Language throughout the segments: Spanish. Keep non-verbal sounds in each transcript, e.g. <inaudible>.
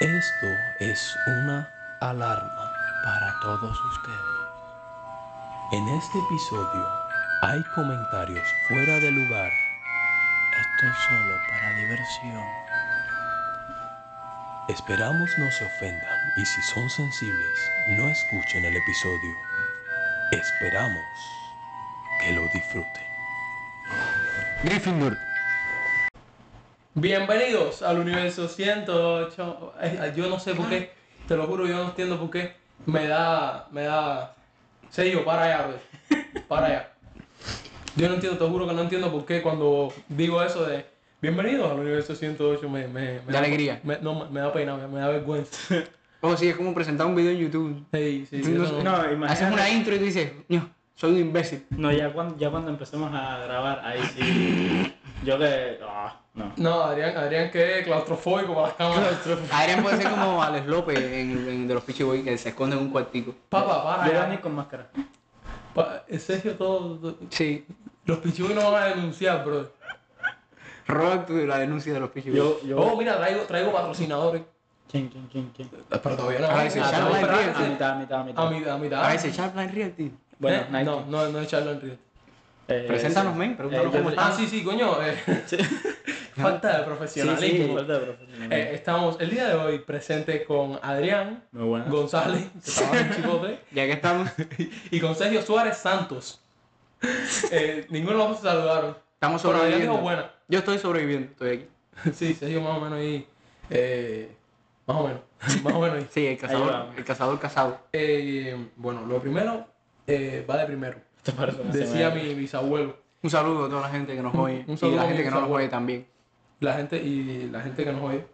Esto es una alarma para todos ustedes. En este episodio hay comentarios fuera de lugar. Esto es solo para diversión. Esperamos no se ofendan y si son sensibles, no escuchen el episodio. Esperamos que lo disfruten. Gryffindor. Bienvenidos al universo 108. Ay, Yo no sé por qué, te lo juro, yo no entiendo por qué. Me da, me da. Sé yo, para allá, bro. Para allá. Yo no entiendo, te juro que no entiendo por qué cuando digo eso de bienvenidos al universo 108 me, me, me De da, alegría. me- no, me- me da pena, me, me da vergüenza. Oh, sí, es como presentar un video en YouTube. Sí, sí, Tú yo no- no- No, Haces imagínate. una intro y tú dices, no, soy un imbécil. No, ya cuando, ya cuando empecemos a grabar, ahí sí. Yo que. ah, no. No, Adrián, Adrián que es claustrofóbico para las cámaras. Adrián puede ser como Alex López en, en de los Pitchy Boys, que se esconde en un cuartico. Papá, para Yo ni allá. con máscara. Pa- en serio, todo, todo- Sí. Los pichugues no van a denunciar, bro. Robert, tú, la denuncia de los Pitchy Boys. Yo, yo. Oh, mira, traigo, traigo patrocinadores. ¿Quién, quién, quién, quién? Pero todavía no. Ahora dice Ah, tengo Charlotte que Henry, A esperar mitad, a mitad, a a- A mitad. mi- a mitad. A veces, Charles Realty. Bueno, Eh, Nike. No, no, no es Charlotte Henry. Eh, Preséntanos, sí. men, pregúntanos yo- cómo Ah, sí, sí, coño. eh, Falta de Sí, sí, profesionalismo. falta de profesionalismo. Eh, estamos el día de hoy presentes con Adrián Muy buena. <laughs> González, que trabaja en Chipotle, Ya que estamos, y con Sergio Suárez Santos. Eh, ninguno de los dos se saludaron. estamos Pero Adrián dijo sobreviviendo. buena. Yo estoy sobreviviendo, estoy aquí. Sí, Sergio más o menos ahí. eh, más o menos. <laughs> Más o menos ahí. Sí, el cazador, vamos. el cazador casado. Eh, bueno, lo primero eh, va de primero. Te parece una Decía semana. mi bisabuelo. Un saludo a toda la gente que nos oye un y saludo a la mi gente que no nos bisabuelo. oye también. La gente y la gente que nos oye.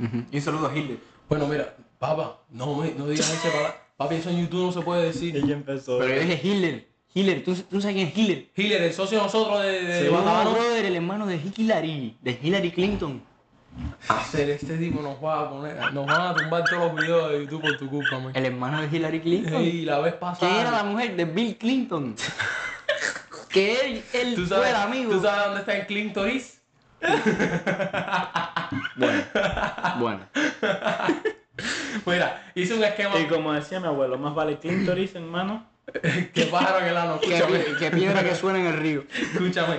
Ujú. Y un saludo a Hitler. Bueno, mira, papá, no, me- no digas ese papá. Papi, eso en YouTube no se puede decir. Ella empezó. Pero yo dije Hitler. Hitler, ¿tú, tú sabes quién es Hitler? Hitler, el socio de nosotros de, de, de No, Guantánamo. brother, el hermano de Hillary, de Hillary Clinton. Hacer este tipo nos va a poner, nos van a tumbar todos los videos de YouTube por tu culpa, man. El hermano de Hillary Clinton. Y la vez Que era la pasada. mujer de Bill Clinton. que él, él ¿Tú fue sabes, el amigo. ¿Tú sabes dónde está el clítoris? Bueno. bueno. Mira, hice un esquema Y como decía mi abuelo, más vale clítoris en mano que pájaro en el ano. Que, Escúchame, pi- que piedra que suena en el río. escúchame.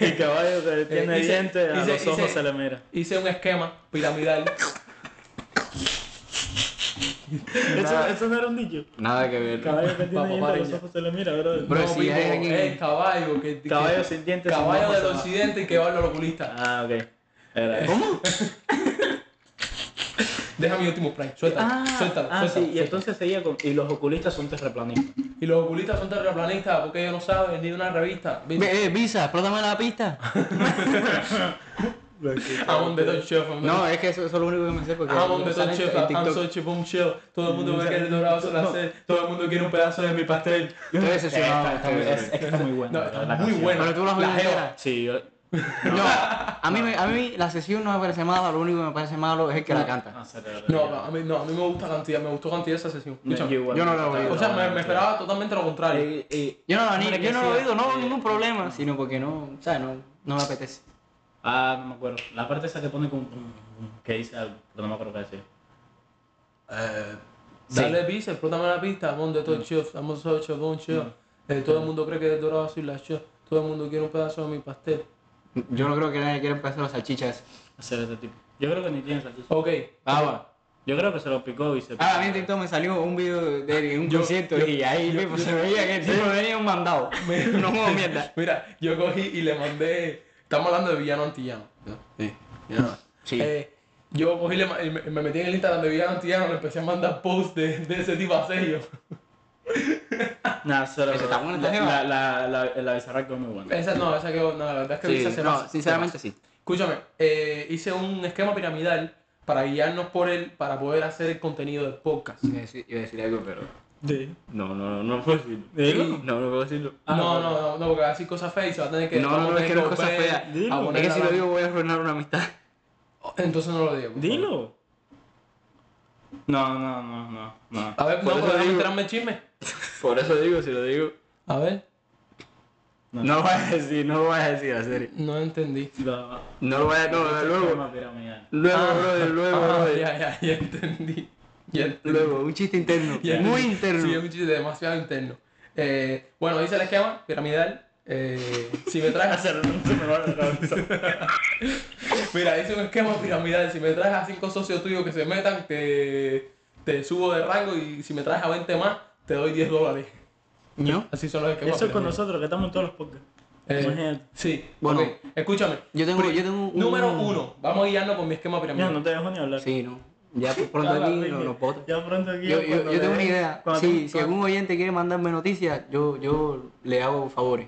y caballo que tiene hice- dientes, a hice- los ojos hice- se le mira. Hice un esquema piramidal. Eso, eso no era un dicho. Nada que ver. Caballo que tiene Papá, dientes, los pariña. ojos se le mira, bro. Bro, si pipo, hay alguien- el eh, caballo. Que, que- Caballo sin dientes, sin Caballo ojos, del se va. occidente y que va al oculista. Ah, ok. Era eso. ¿Cómo? Deja mi último prime. Suéltalo, Ah, suéltalo, ah, suéltalo, sí, y suéltalo. entonces seguía con. Y los oculistas son terraplanistas. Y los oculistas son terraplanistas porque ellos no saben ni de una revista. ¿viste? Ve, eh, Visa, explótame la pista. I'm on the top shelf. I'm No, es que eso, eso es lo único que me sé porque I'm on the top sale shelf. en I'm TikTok. such a boom shell. Todo el mundo va a querer dorado sobre la sed. Todo el mundo quiere un pedazo de mi pastel. Estoy decepcionado. Está muy- es, es <laughs> que está muy bueno. No, la está verdad, la muy canción. bueno. Pero tú las La oyes jeva. enteras. Sí, yo. No, a mí, me- a mí la sesión no me parece mala, lo único que me parece malo es el que la canta. No, sé, la verdad, No, yo- no, a mí, no, a mí me gusta cantidad. Me gustó cantidad esa sesión. No, Escúchame. igual yo no me la gustaba, oí. o sea, no, me, no, me esperaba totalmente lo contrario. Eh, eh, Yo no, ni, Hombre, yo que no lo he sea, oído, no, eh, ningún problema, sino porque no, o sea, no, no me apetece. Ah, no me acuerdo. La parte esa que pone como. que dice algo, pero no me acuerdo qué decía. Eh, dale pizza, explótame la pista. I'm on the Mm. top shelf. I'm on such a boom shell. Eh, todo el mundo cree que es dorado soy la shell. Todo el mundo quiere un pedazo de mi pastel. Yo no creo que nadie quiera empezar las salchichas. Hacer este tipo. Yo creo que ni tiene salchicha. Ok. Ah, bueno. Yo creo que se lo picó y se. Ah, a mí en TikTok me salió un video de, de un concierto y ahí pues, se veía que el tipo venía un <laughs> mandado. no como mierda. Mira, yo cogí y le mandé. Estamos hablando de villano antillano. ¿no? Sí. Ya. Sí. Eh, yo cogí y le ma- y me, me metí en el Instagram de villano antillano. Le empecé a mandar posts de, de ese tipo a sello. Nah, se lo- Pero está bueno, está la- genial. La, la, la, la, Bizarrap quedó muy buena. Esa no, esa que no, la verdad es que Sí, Visa se no, pasa, se sinceramente pasa. sí. Escúchame, eh, hice un esquema piramidal para guiarnos por él, para poder hacer el contenido del podcast. Iba a decir, iba a decir algo, pero. Sí. No, no, no, no puedo decirlo. Dilo. No, no puedo decirlo. Ah, no, bueno. no, no, no, porque va a decir cosas feas y se va a tener que. no, vamos no, a no, es que tener no es cosa volver fea. dilo. a Es poner que la si lo lámpara. <laughs> digo voy a arruinar una amistad. Entonces no lo digo. por favor. Dilo. No, no, no, no, no. A ver, por, no, eso pero déjame digo, enterarme el chisme. por eso digo, si lo digo. A ver, No. No vas a decir, no lo vas a decir, a serio. no entendí. No, No lo vas a, no, luego. Forma piramidal. Luego, Ah, brother, <laughs> luego, ah, brother. ya, ya, ya entendí. Ya entendí. Luego, un chiste interno, Ya muy entendí. interno. Sí, es un chiste demasiado interno. Eh, bueno, dice el esquema, piramidal. Eh, si me traes a Hacer un supermercado de cabeza. Mira, dice un esquema piramidal. Si me traes a cinco socios tuyos que se metan, te, te subo de rango. Y si me traes a 20 más, te doy 10 dólares. ¿No? Así son los esquemas. Eso es con piramidales. nosotros, que estamos en todos los podcasts. Eh, Imagínate. sí, bueno. Bueno. Mm. Escúchame. Yo tengo, Pri- yo tengo un... Número uno. Vamos a guiarnos con mi esquema Mira, piramidal. no te dejo ni hablar. Sí, no. Ya por pronto Ya la aquí dije. lo- los botas. Ya pronto aquí. Yo, yo, cuando yo tengo le- una idea. cuando Sí, tú- si algún oyente quiere mandarme noticias, yo, yo le hago <laughs> favores.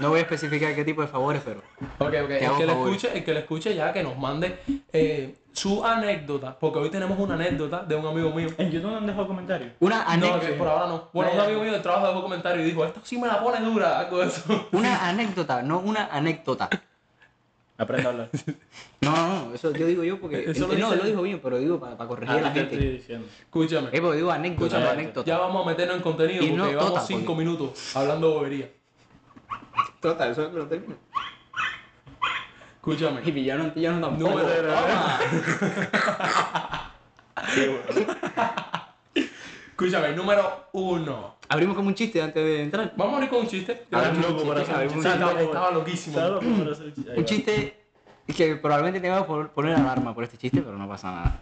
No voy a especificar qué tipo de favores, pero. Ok, ok. El hago que, le favor. escuche, el que le escuche ya que nos mande eh, su anécdota. Porque hoy tenemos una anécdota de un amigo mío. En YouTube no han dejado comentarios. Una No, que anécdota. por ahora no. Bueno, un amigo mío del trabajo dejó comentario y dijo, esto sí me la pone dura, algo de eso. <laughs> Una anécdota, no una anécdota. Aprende a <laughs> hablar. No, no, no, eso yo digo yo porque. Eso lo no, dice- lo dijo bien, pero digo para corregir a la te estoy gente. diciendo. Escúchame. Eh, porque digo anécdota, no Escúchame, anécdota. ya vamos a meternos en contenido Y porque no llevamos tota, 5 porque- minutos hablando bobería. Tota, eso me lo termino. Escúchame. <laughs> Y pillaron, pillaron la Número- Escúchame, número uno. Abrimos como un chiste antes de entrar. Vamos a abrir con un chiste. A ver, Estás un loco chiste, por hacer a ver, un un chiste. chiste. Estás loco Estaba por- loquísimo. Estás loco por hacer un chiste. Ahí Un va. chiste que probablemente te va a pon- poner alarma por este chiste, pero no pasa nada.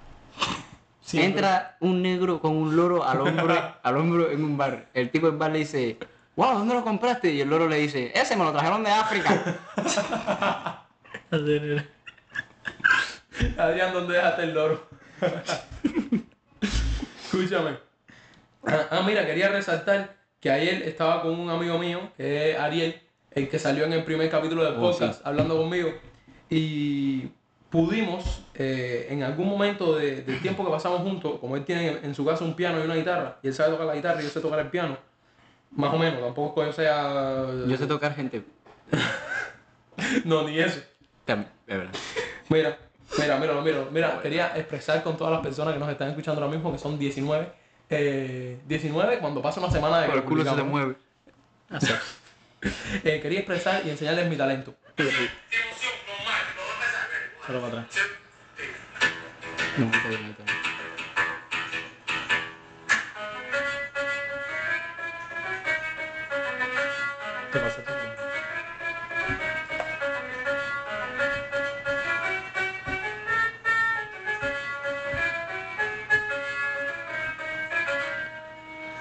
Siempre. Entra un negro con un loro al hombro, al hombro en un bar. El tipo del bar le dice, wow, ¿dónde lo compraste? Y el loro le dice, ese me lo trajeron de África. Adrián, ¿dónde dejaste el loro? Escúchame. Ah, ah, mira, quería resaltar que ayer estaba con un amigo mío, que es Ariel, el que salió en el primer capítulo del Oh, sí. podcast, hablando conmigo. Y pudimos, eh, en algún momento de- del tiempo que pasamos juntos, como él tiene en, en su casa un piano y una guitarra, y él sabe tocar la guitarra y yo sé tocar el piano, más o menos, tampoco es que yo sea... Yo sé tocar gente. <laughs> No, ni eso. También, de verdad. Mira, mira, mira, mira, mira, quería expresar con todas las personas que nos están escuchando ahora mismo, que son 19. eh, 19 cuando pasa una semana de que Por el culo se te publicamos, mueve. eh, quería expresar y enseñarles mi talento. Solo para atrás. No, no, no, no. Te pasaste.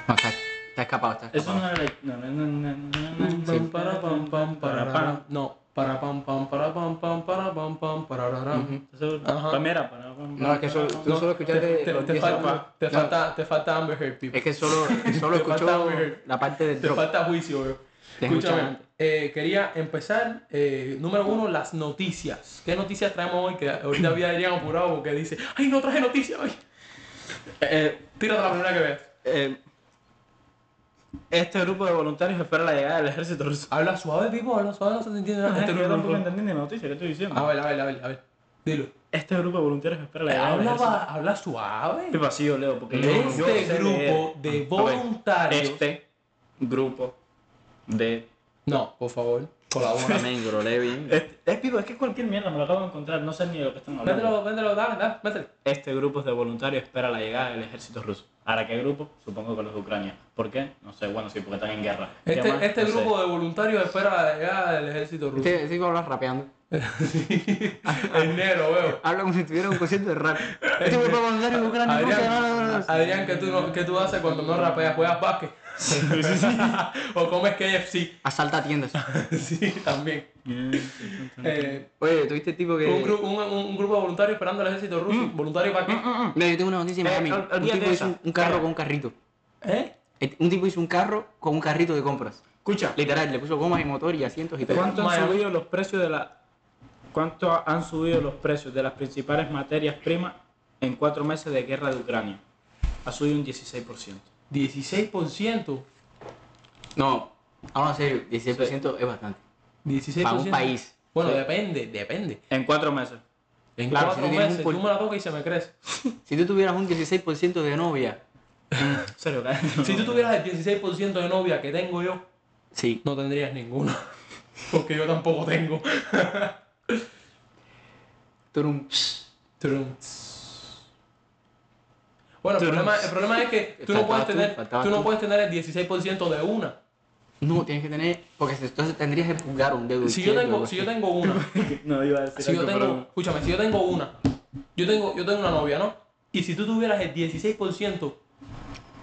No, está, está escapado, está Eso escapado. no era. No, no, no, no, no, no. Pam, para, pam, pam, para, pam. No, para pam pam para pam pam para pam pam para ra, ra. Eso- Ajá. Para mí era para. No, es que eso- tú solo Te, escuchaste te- los te 10 segundos. falta, te, No, falta, te falta Amber Heard, people. Es que solo, solo Te falta escuchó ver. la parte del Te drop. falta juicio, bro. Te Escúchame, escuchan. eh, quería empezar, eh, número uno, las noticias. ¿Qué noticias traemos hoy? Que ahorita había Adrián apurado porque dice, ay, no traje noticias hoy. Eh, Tírate la primera que veas. eh, Este grupo de voluntarios espera la llegada del ejército <laughs> ruso. Habla suave, tipo, habla suave, no se te entiende Ah, nada. es Este que no- yo no- tampoco no- entendí ni la noticia que estoy A Ah, diciendo. ver, a ver, a ver, a ver. Dilo. Este grupo de voluntarios espera la llegada del Habla, ejército. va- habla suave. Tipo así yo leo, porque yo- yo Este sé leer. grupo de voluntarios. Este grupo de No, por favor, <laughs> colabora. Amén, yo lo leo bien. Es, es pico, es que cualquier mierda me lo acabo de encontrar, no sé ni de lo que están hablando. Véndelo, véndelo, dale, dale, métele. Este grupo de voluntarios espera la llegada del ejército ruso. ¿Ahora qué grupo? Supongo que los de Ucrania. ¿Por qué? No sé, bueno, sí, porque están en guerra. ¿Qué más? Este, este No sé. grupo de voluntarios espera la llegada del ejército ruso. Este tipo habla rapeando. <laughs> En negro, veo. Habla como si estuviera en un concierto <laughs> de rap. Este fue para mandar en Ucrania. Adrián, Adrián ¿qué, tú no- qué tú haces cuando no rapeas? ¿Juegas básquet? ¿O comes KFC? Asalta tiendas. <laughs> Sí, también. Eh, Oye, ¿tuviste el tipo que.? un, gru- un- un- un grupo de voluntarios esperando al ejército ruso. Mm. ¿Voluntario para qué? Mira, yo tengo una noticia más Eh, a mí. ol- Un olvídate tipo de hizo un, esa. un carro Espera. con un carrito. ¿Eh? Et- Un tipo hizo un carro con un carrito de compras. Escucha, Literal, le puso gomas y motor y asientos y todo. ¿cuánto han Miami. subido los precios de la... ¿Cuánto ha- han subido los precios de las principales materias primas en cuatro meses de guerra de Ucrania? Ha subido un 16%. 16%. No, ahora en serio, 16% es bastante. 16%. Para un país. Bueno, eh. Sí. depende, depende. En cuatro meses. En Claro, cuatro si tú tienes meses, un tú me la tocas y se me crece. Si tú tuvieras un 16% de novia, En serio, cara. Si tú tuvieras el 16% de novia que tengo yo, sí. no tendrías ninguna. <laughs> Porque yo tampoco tengo. Turum. Trum. Bueno, el Trum. problema, el problema es que tú no, Faltabas puedes tú, tener, faltabas tú no tú. puedes tener el 16% de una. No, tienes que tener. Porque si- entonces tendrías que pulgar un dedo. Si yo izquierdo, tengo, algo si así. yo tengo <laughs> una, <laughs> No iba a decir si yo algo, tengo, pero- escúchame, si yo tengo una, yo tengo, yo tengo una novia, ¿no? Y si tú tuvieras el 16%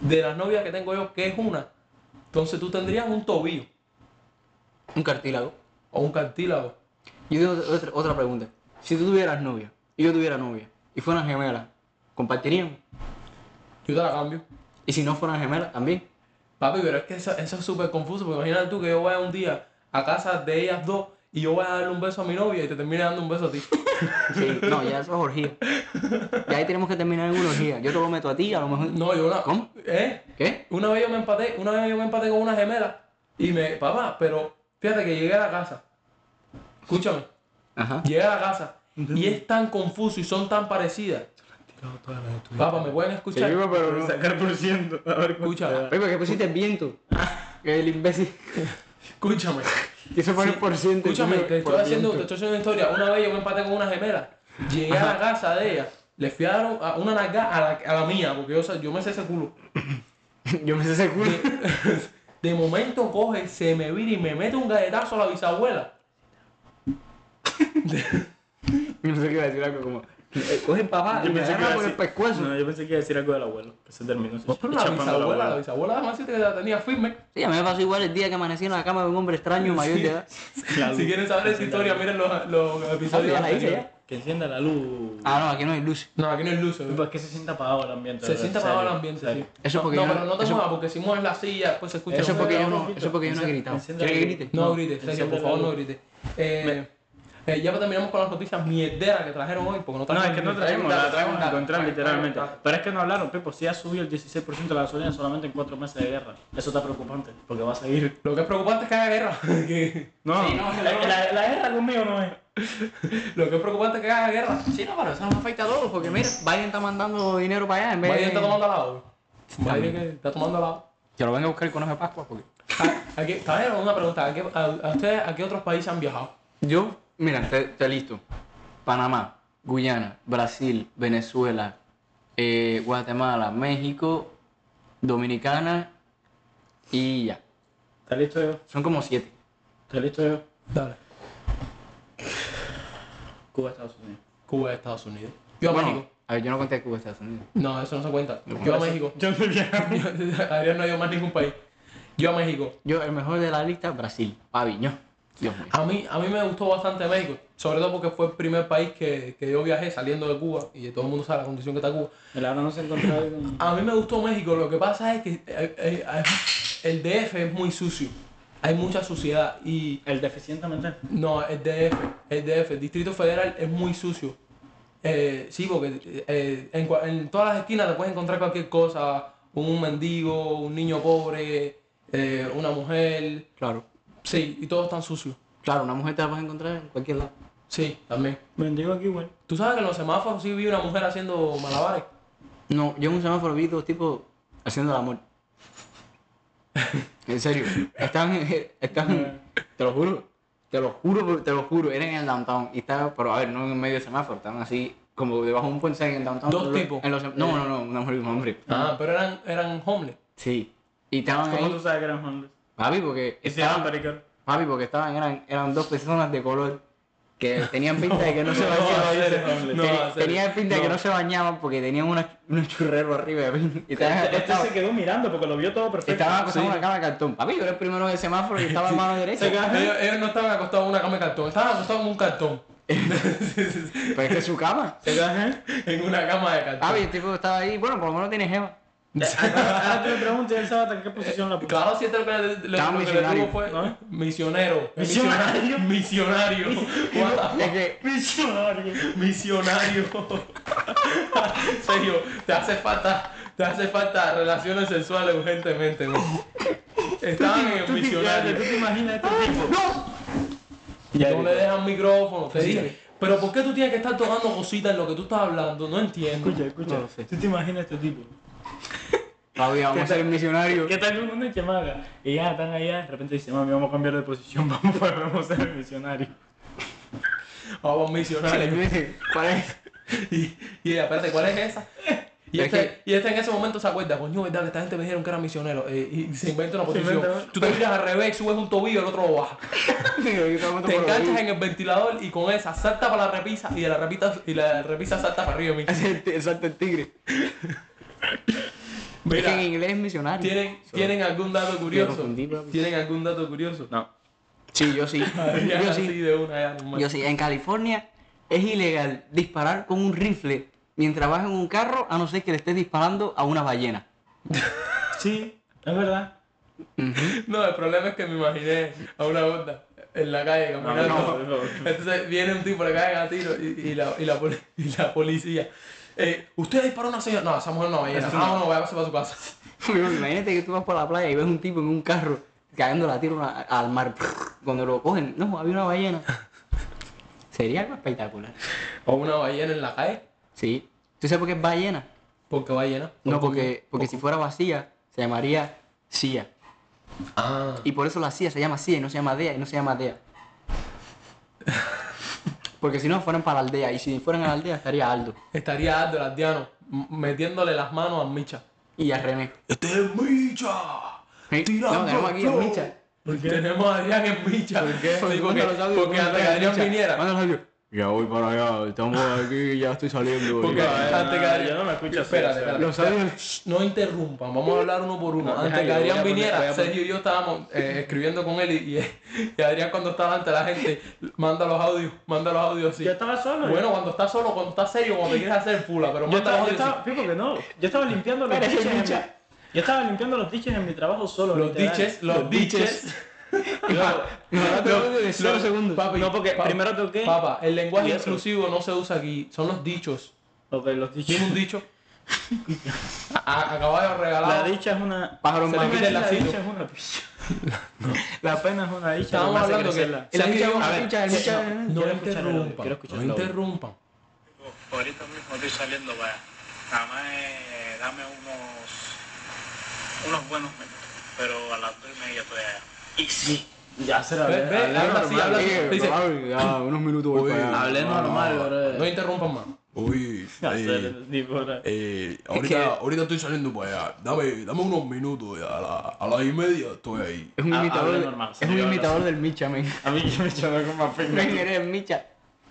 de las novias que tengo yo, que es una, entonces tú tendrías un tobillo Un cartílago. o un cartílago. Yo tengo otra, otra pregunta. Si tú tuvieras novia y yo tuviera novia y fueran gemelas, ¿compartirían? Yo te la cambio. Y si no fueran gemelas, también. Papi, pero es que eso, eso es súper confuso, porque imagínate tú que yo vaya un día a casa de ellas dos y yo vaya a darle un beso a mi novia y te termine dando un beso a ti. Sí, no, ya eso es orgía. Ya ahí tenemos que terminar en una orgía. Yo te lo meto a ti, a lo mejor. No, yo una... ¿Cómo? ¿Eh? ¿Qué? Una vez yo me empaté, una vez yo me empaté con una gemela y me... Papá, pero fíjate que llegué a la casa. Escúchame, Ajá. llegué a la casa y es tan confuso y son tan parecidas. Papá, ¿me pueden escuchar? pero no. Sacar por ciento. A ver, Escucha, Oye, ¿por qué pusiste el viento? Que el imbécil. escúchame. Y se pone Sí, por ciento. Escúchame, tú, te por estoy, haciendo, te estoy viento. haciendo una historia. Una vez yo me empaté con una gemela. Llegué a la casa de ella. Le fui a dar un- a- una nalga a la, a la mía, porque yo, sa- yo me sé ese culo. <laughs> Yo me sé ese culo. De momento coge, se me vira y me mete un galletazo a la bisabuela. Yo no sé qué iba a decir algo como. eh, Coge el papá y Yo me pensé que agarra iba a por el decir- pescuezo. No, yo pensé que iba a decir algo del abuelo. Que se terminó. No, pero la Oh, chapando al bisabuela, la abuelo. bisabuela además sí que la tenía firme. Sí, a mí me pasó igual el día que amanecí en la cama de un hombre extraño mayor de edad. La luz. Si quieren saber esa historia, miren los, los episodios. Ah, ya la hice anteriores. ya. Que encienda la luz. Ah, no, aquí no hay luz. No, aquí no es luz. ¿eh? Pues que se sienta apagado el ambiente. Se ¿verdad? siente En apagado el serio, ambiente, en serio. sí. Eso es porque no, yo pero no te eso- muevas, porque si mueves la silla, después se escucha. Eso es un- porque yo no, Enciende- eso es porque yo no he gritado. enciende- ¿Quieres que grite? No grites, Enciende Sergio, por la favor, luz. no grites. Eh, eh, ya terminamos con las noticias mierderas que trajeron hoy, porque no No, trajeron es que no ni- traemos, la traemos a encontrar Traemos literalmente. datos. Pero es que no hablaron, Pepo. Si ha subido el 16% de la gasolina solamente en cuatro meses de guerra. Eso está preocupante, porque va a seguir. Lo que es preocupante es que haga guerra. <laughs> que- No, Sí, no, la, no. la- la guerra conmigo no es. Lo que es preocupante es que haga guerra. Sí, no, pero eso nos afecta a todos, porque mira, Biden está mandando dinero para allá en vez Biden de... está tomando al lado. Biden que está tomando al lado. Que lo venga a buscar el conejo de Pascua, porque... ¿A qué- también eh, una pregunta, ¿a, qué, a, a ustedes a qué otros países han viajado? Yo, mira, te, te listo. Panamá, Guyana, Brasil, Venezuela, eh, Guatemala, México, Dominicana y ya. ¿Está listo yo? Son como siete. ¿Está listo yo? Dale. Cuba, Estados Unidos. Cuba, Estados Unidos. Yo a Bueno, México. A ver, yo no conté Cuba, Estados Unidos. No, eso no se cuenta. Yo a México. Yo no <laughs> viajo. Adrián no ha ido más ningún país. Yo a México. Yo, el mejor de la lista, Brasil. Paviño. Dios mío. A mí, a mí me gustó bastante México, sobre todo porque fue el primer país que, que yo viajé saliendo de Cuba y todo el mundo sabe la condición que está Cuba. El ahora no se encontró ahí con- A mí me gustó México, lo que pasa es que eh, eh, eh, el DF es muy sucio, hay mucha suciedad y El deficiente mental. no, el DF, el DF, el Distrito Federal es muy sucio. Eh, sí, porque eh, en, cua- en todas las esquinas te puedes encontrar cualquier cosa, un mendigo, un niño pobre, eh, una mujer, Claro. sí, y todo es tan sucio. Claro, una mujer te la vas a encontrar en cualquier lado. Sí, también. Bendigo aquí, güey. ¿Tú sabes que en los semáforos sí vi una mujer haciendo malabares? No, yo en un semáforo vi dos tipos haciendo el amor. en serio. Están, están, te lo juro. Te lo juro, por- te lo juro. Eran en el downtown. Y estaba, pero a ver, no en el medio del semáforo. Estaban así, como debajo de un puente en el downtown. Dos En los- tipos. en los sem- no, no, no, una mujer y un hombre. Ah, pero eran, eran homeless. Sí. Y estaban ¿Cómo tú ahí, sabes que eran Ah, hombres? papi, porque Y se llaman estaban, Pericor. papi, porque estaban, eran, eran dos personas de color que tenían pinta de que no se no, bañaban. en serio, hombre. No, Teni- en serio. tenían pinta de que No. no se bañaban porque tenían una- un churrero arriba <laughs> de mí. Y estaban Este, este acostados. se quedó mirando porque lo vio todo perfecto. Estaba acostado en una cama de cartón. Papi, yo era el primero en el semáforo y estaba en mano <laughs> derecha. Se quedó- Ellos, ellos no estaban acostados en una cama de cartón, estaban acostados en un cartón. Pero Pues es que es su cama. se quedó- <laughs> en una cama de cartón. Papi, el tipo estaba ahí. Bueno, por lo menos tiene gema. Ahora tú le preguntas, él sabe hasta en qué posición la puso. <laughs> Claro, si este lo que le, lo- Estaba lo que le misionario, tuvo fue ¿no? misionero. <laughs> Misionario. Misionario. What the Es que, Misionario. fuck? <laughs> Misionario. En serio, te hace falta, te hace falta relaciones sexuales urgentemente, man. Estaban en el Tú te- misionario. tú te imaginas a este tipo. No le dejan micrófono, te dije. Pero ¿por qué tú tienes que estar tocando cositas en lo que tú estás hablando? No entiendo. Escucha, escucha. No lo sé. ¿Tú te imaginas este tipo? Papi, vamos a ser misionarios. Que está todo el mundo en Chemaga. Y ya están allá. De repente dicen, mami, vamos a cambiar de posición. <laughs> Vamos para vamos a ser misionarios. Vamos, misionarios. ¿Cuál es? Y, y aparte, ¿cuál es esa? Y Es este, y este en ese momento se acuerda, coño, verdad que esta gente me dijeron que era misionero. eh, y se inventa una Se posición. inventa- Tú te miras al revés, subes un tobillo, el otro lo baja. Te enganchas en el ventilador y con esa salta para la repisa y de la repisa, y la repisa salta para arriba. mira. <laughs> el salto del tigre. Es que en Mira, inglés es misionario. ¿tienen, So- ¿tienen algún dato Me curioso? confundí, papi. ¿Tienen algún dato curioso? No. Sí, yo sí. Ah, Ya, yo así sí. de una, ya, normal. Yo sí. En California es ilegal disparar con un rifle mientras vas en un carro a no ser que le estés disparando a una ballena. Sí, es verdad. No, el problema es que me imaginé a una onda en la calle caminando. No, no, no. Entonces viene un tipo, le cae a tiro y, y la, y, la, poli- y la policía. Eh, Usted disparó a una señora. No, esa mujer no ballena. No, no, vaya a pasar para su casa. Imagínate que tú vas por la playa y ves un tipo en un carro cagando la tiro a- al mar. Cuando lo cogen, no, había una ballena. Sería algo espectacular. O una ballena en la calle. Sí. ¿Tú sabes por qué es ballena? Porque ballena. No, porque, porque si fuera vacía, se llamaría CIA. Ah. Y por eso la CIA se llama CIA y no se llama DEA y no se llama DEA. Porque si no, fueran para la aldea. Y si fueran a la aldea, estaría Aldo. Estaría Aldo, el aldeano, m- metiéndole las manos a Micha. Y a René. ¡Este es Micha! Sí, No, tenemos aquí a Micha. Tenemos a Adrián en Micha. ¿Por qué? Porque, ¿Cuándo lo sabes? porque ¿Cuándo hasta que llega Adrián Micha? viniera. ¿Cuándo lo sabes? Ya voy para allá, estamos aquí, ya estoy saliendo. Porque antes que no, Adrián. yo no me escucho así, Espérate, o sea, espérate. Los sabios. Shh, No interrumpan, vamos a hablar uno por uno. No, Antes que deja, yo voy a Adrián poner- voy viniera, a poner- Sergio y yo estábamos eh, escribiendo con él y, y- y Adrián cuando estaba ante la gente, manda los audios, manda los audios así. Yo estaba solo. yo- Bueno, cuando estás solo, cuando estás serio, cuando te quieres hacer pula, pero Yo manda estaba, los yo audios estaba, así. fíjate que no, yo estaba limpiando los Eres diches. en mi- hincha. Yo estaba limpiando los diches en mi trabajo solo. Los literal. diches, los <laughs> diches. Yo- de cero no, segundos. papi, No, porque pa- primero toqué. Papá, el lenguaje Y eso. inclusivo no se usa aquí, son los dichos. Ok, los diches. ¿Tiene un <laughs> dicho? A- a caballo La regalado. dicha es una. Pájaro Se más. le mete Del La lacito. dicha es una picha. <laughs> La pena es una dicha. Estábamos lo hace hablando que crecerla. La Sergio y dicha yo- es una a ver, dicha, la sí, dicha- no quiero escuchar el audio, interrumpan, quiero no escuchar el audio. interrumpan. Ahorita mismo estoy saliendo para allá. Nada más eh, dame unos, unos buenos minutos. Pero a las dos y media estoy allá. Y sí. Ya será. Ve- ve, habla así, habla así. Eh, Dice, ay, ya, unos minutos voy Ah, para allá. Hablé normal, bro. No interrumpan <laughs> más. Oye, Ya será, eh, tipo, bro. eh, ahorita, ahorita estoy saliendo para allá. Dame, dame unos minutos. A la, a la y media estoy ahí. Es un Habla imitador, de- normal, es un señor, imitador habla del Micha, men. <laughs> A mí que me chocó con más Men, pinga. eres el Micha.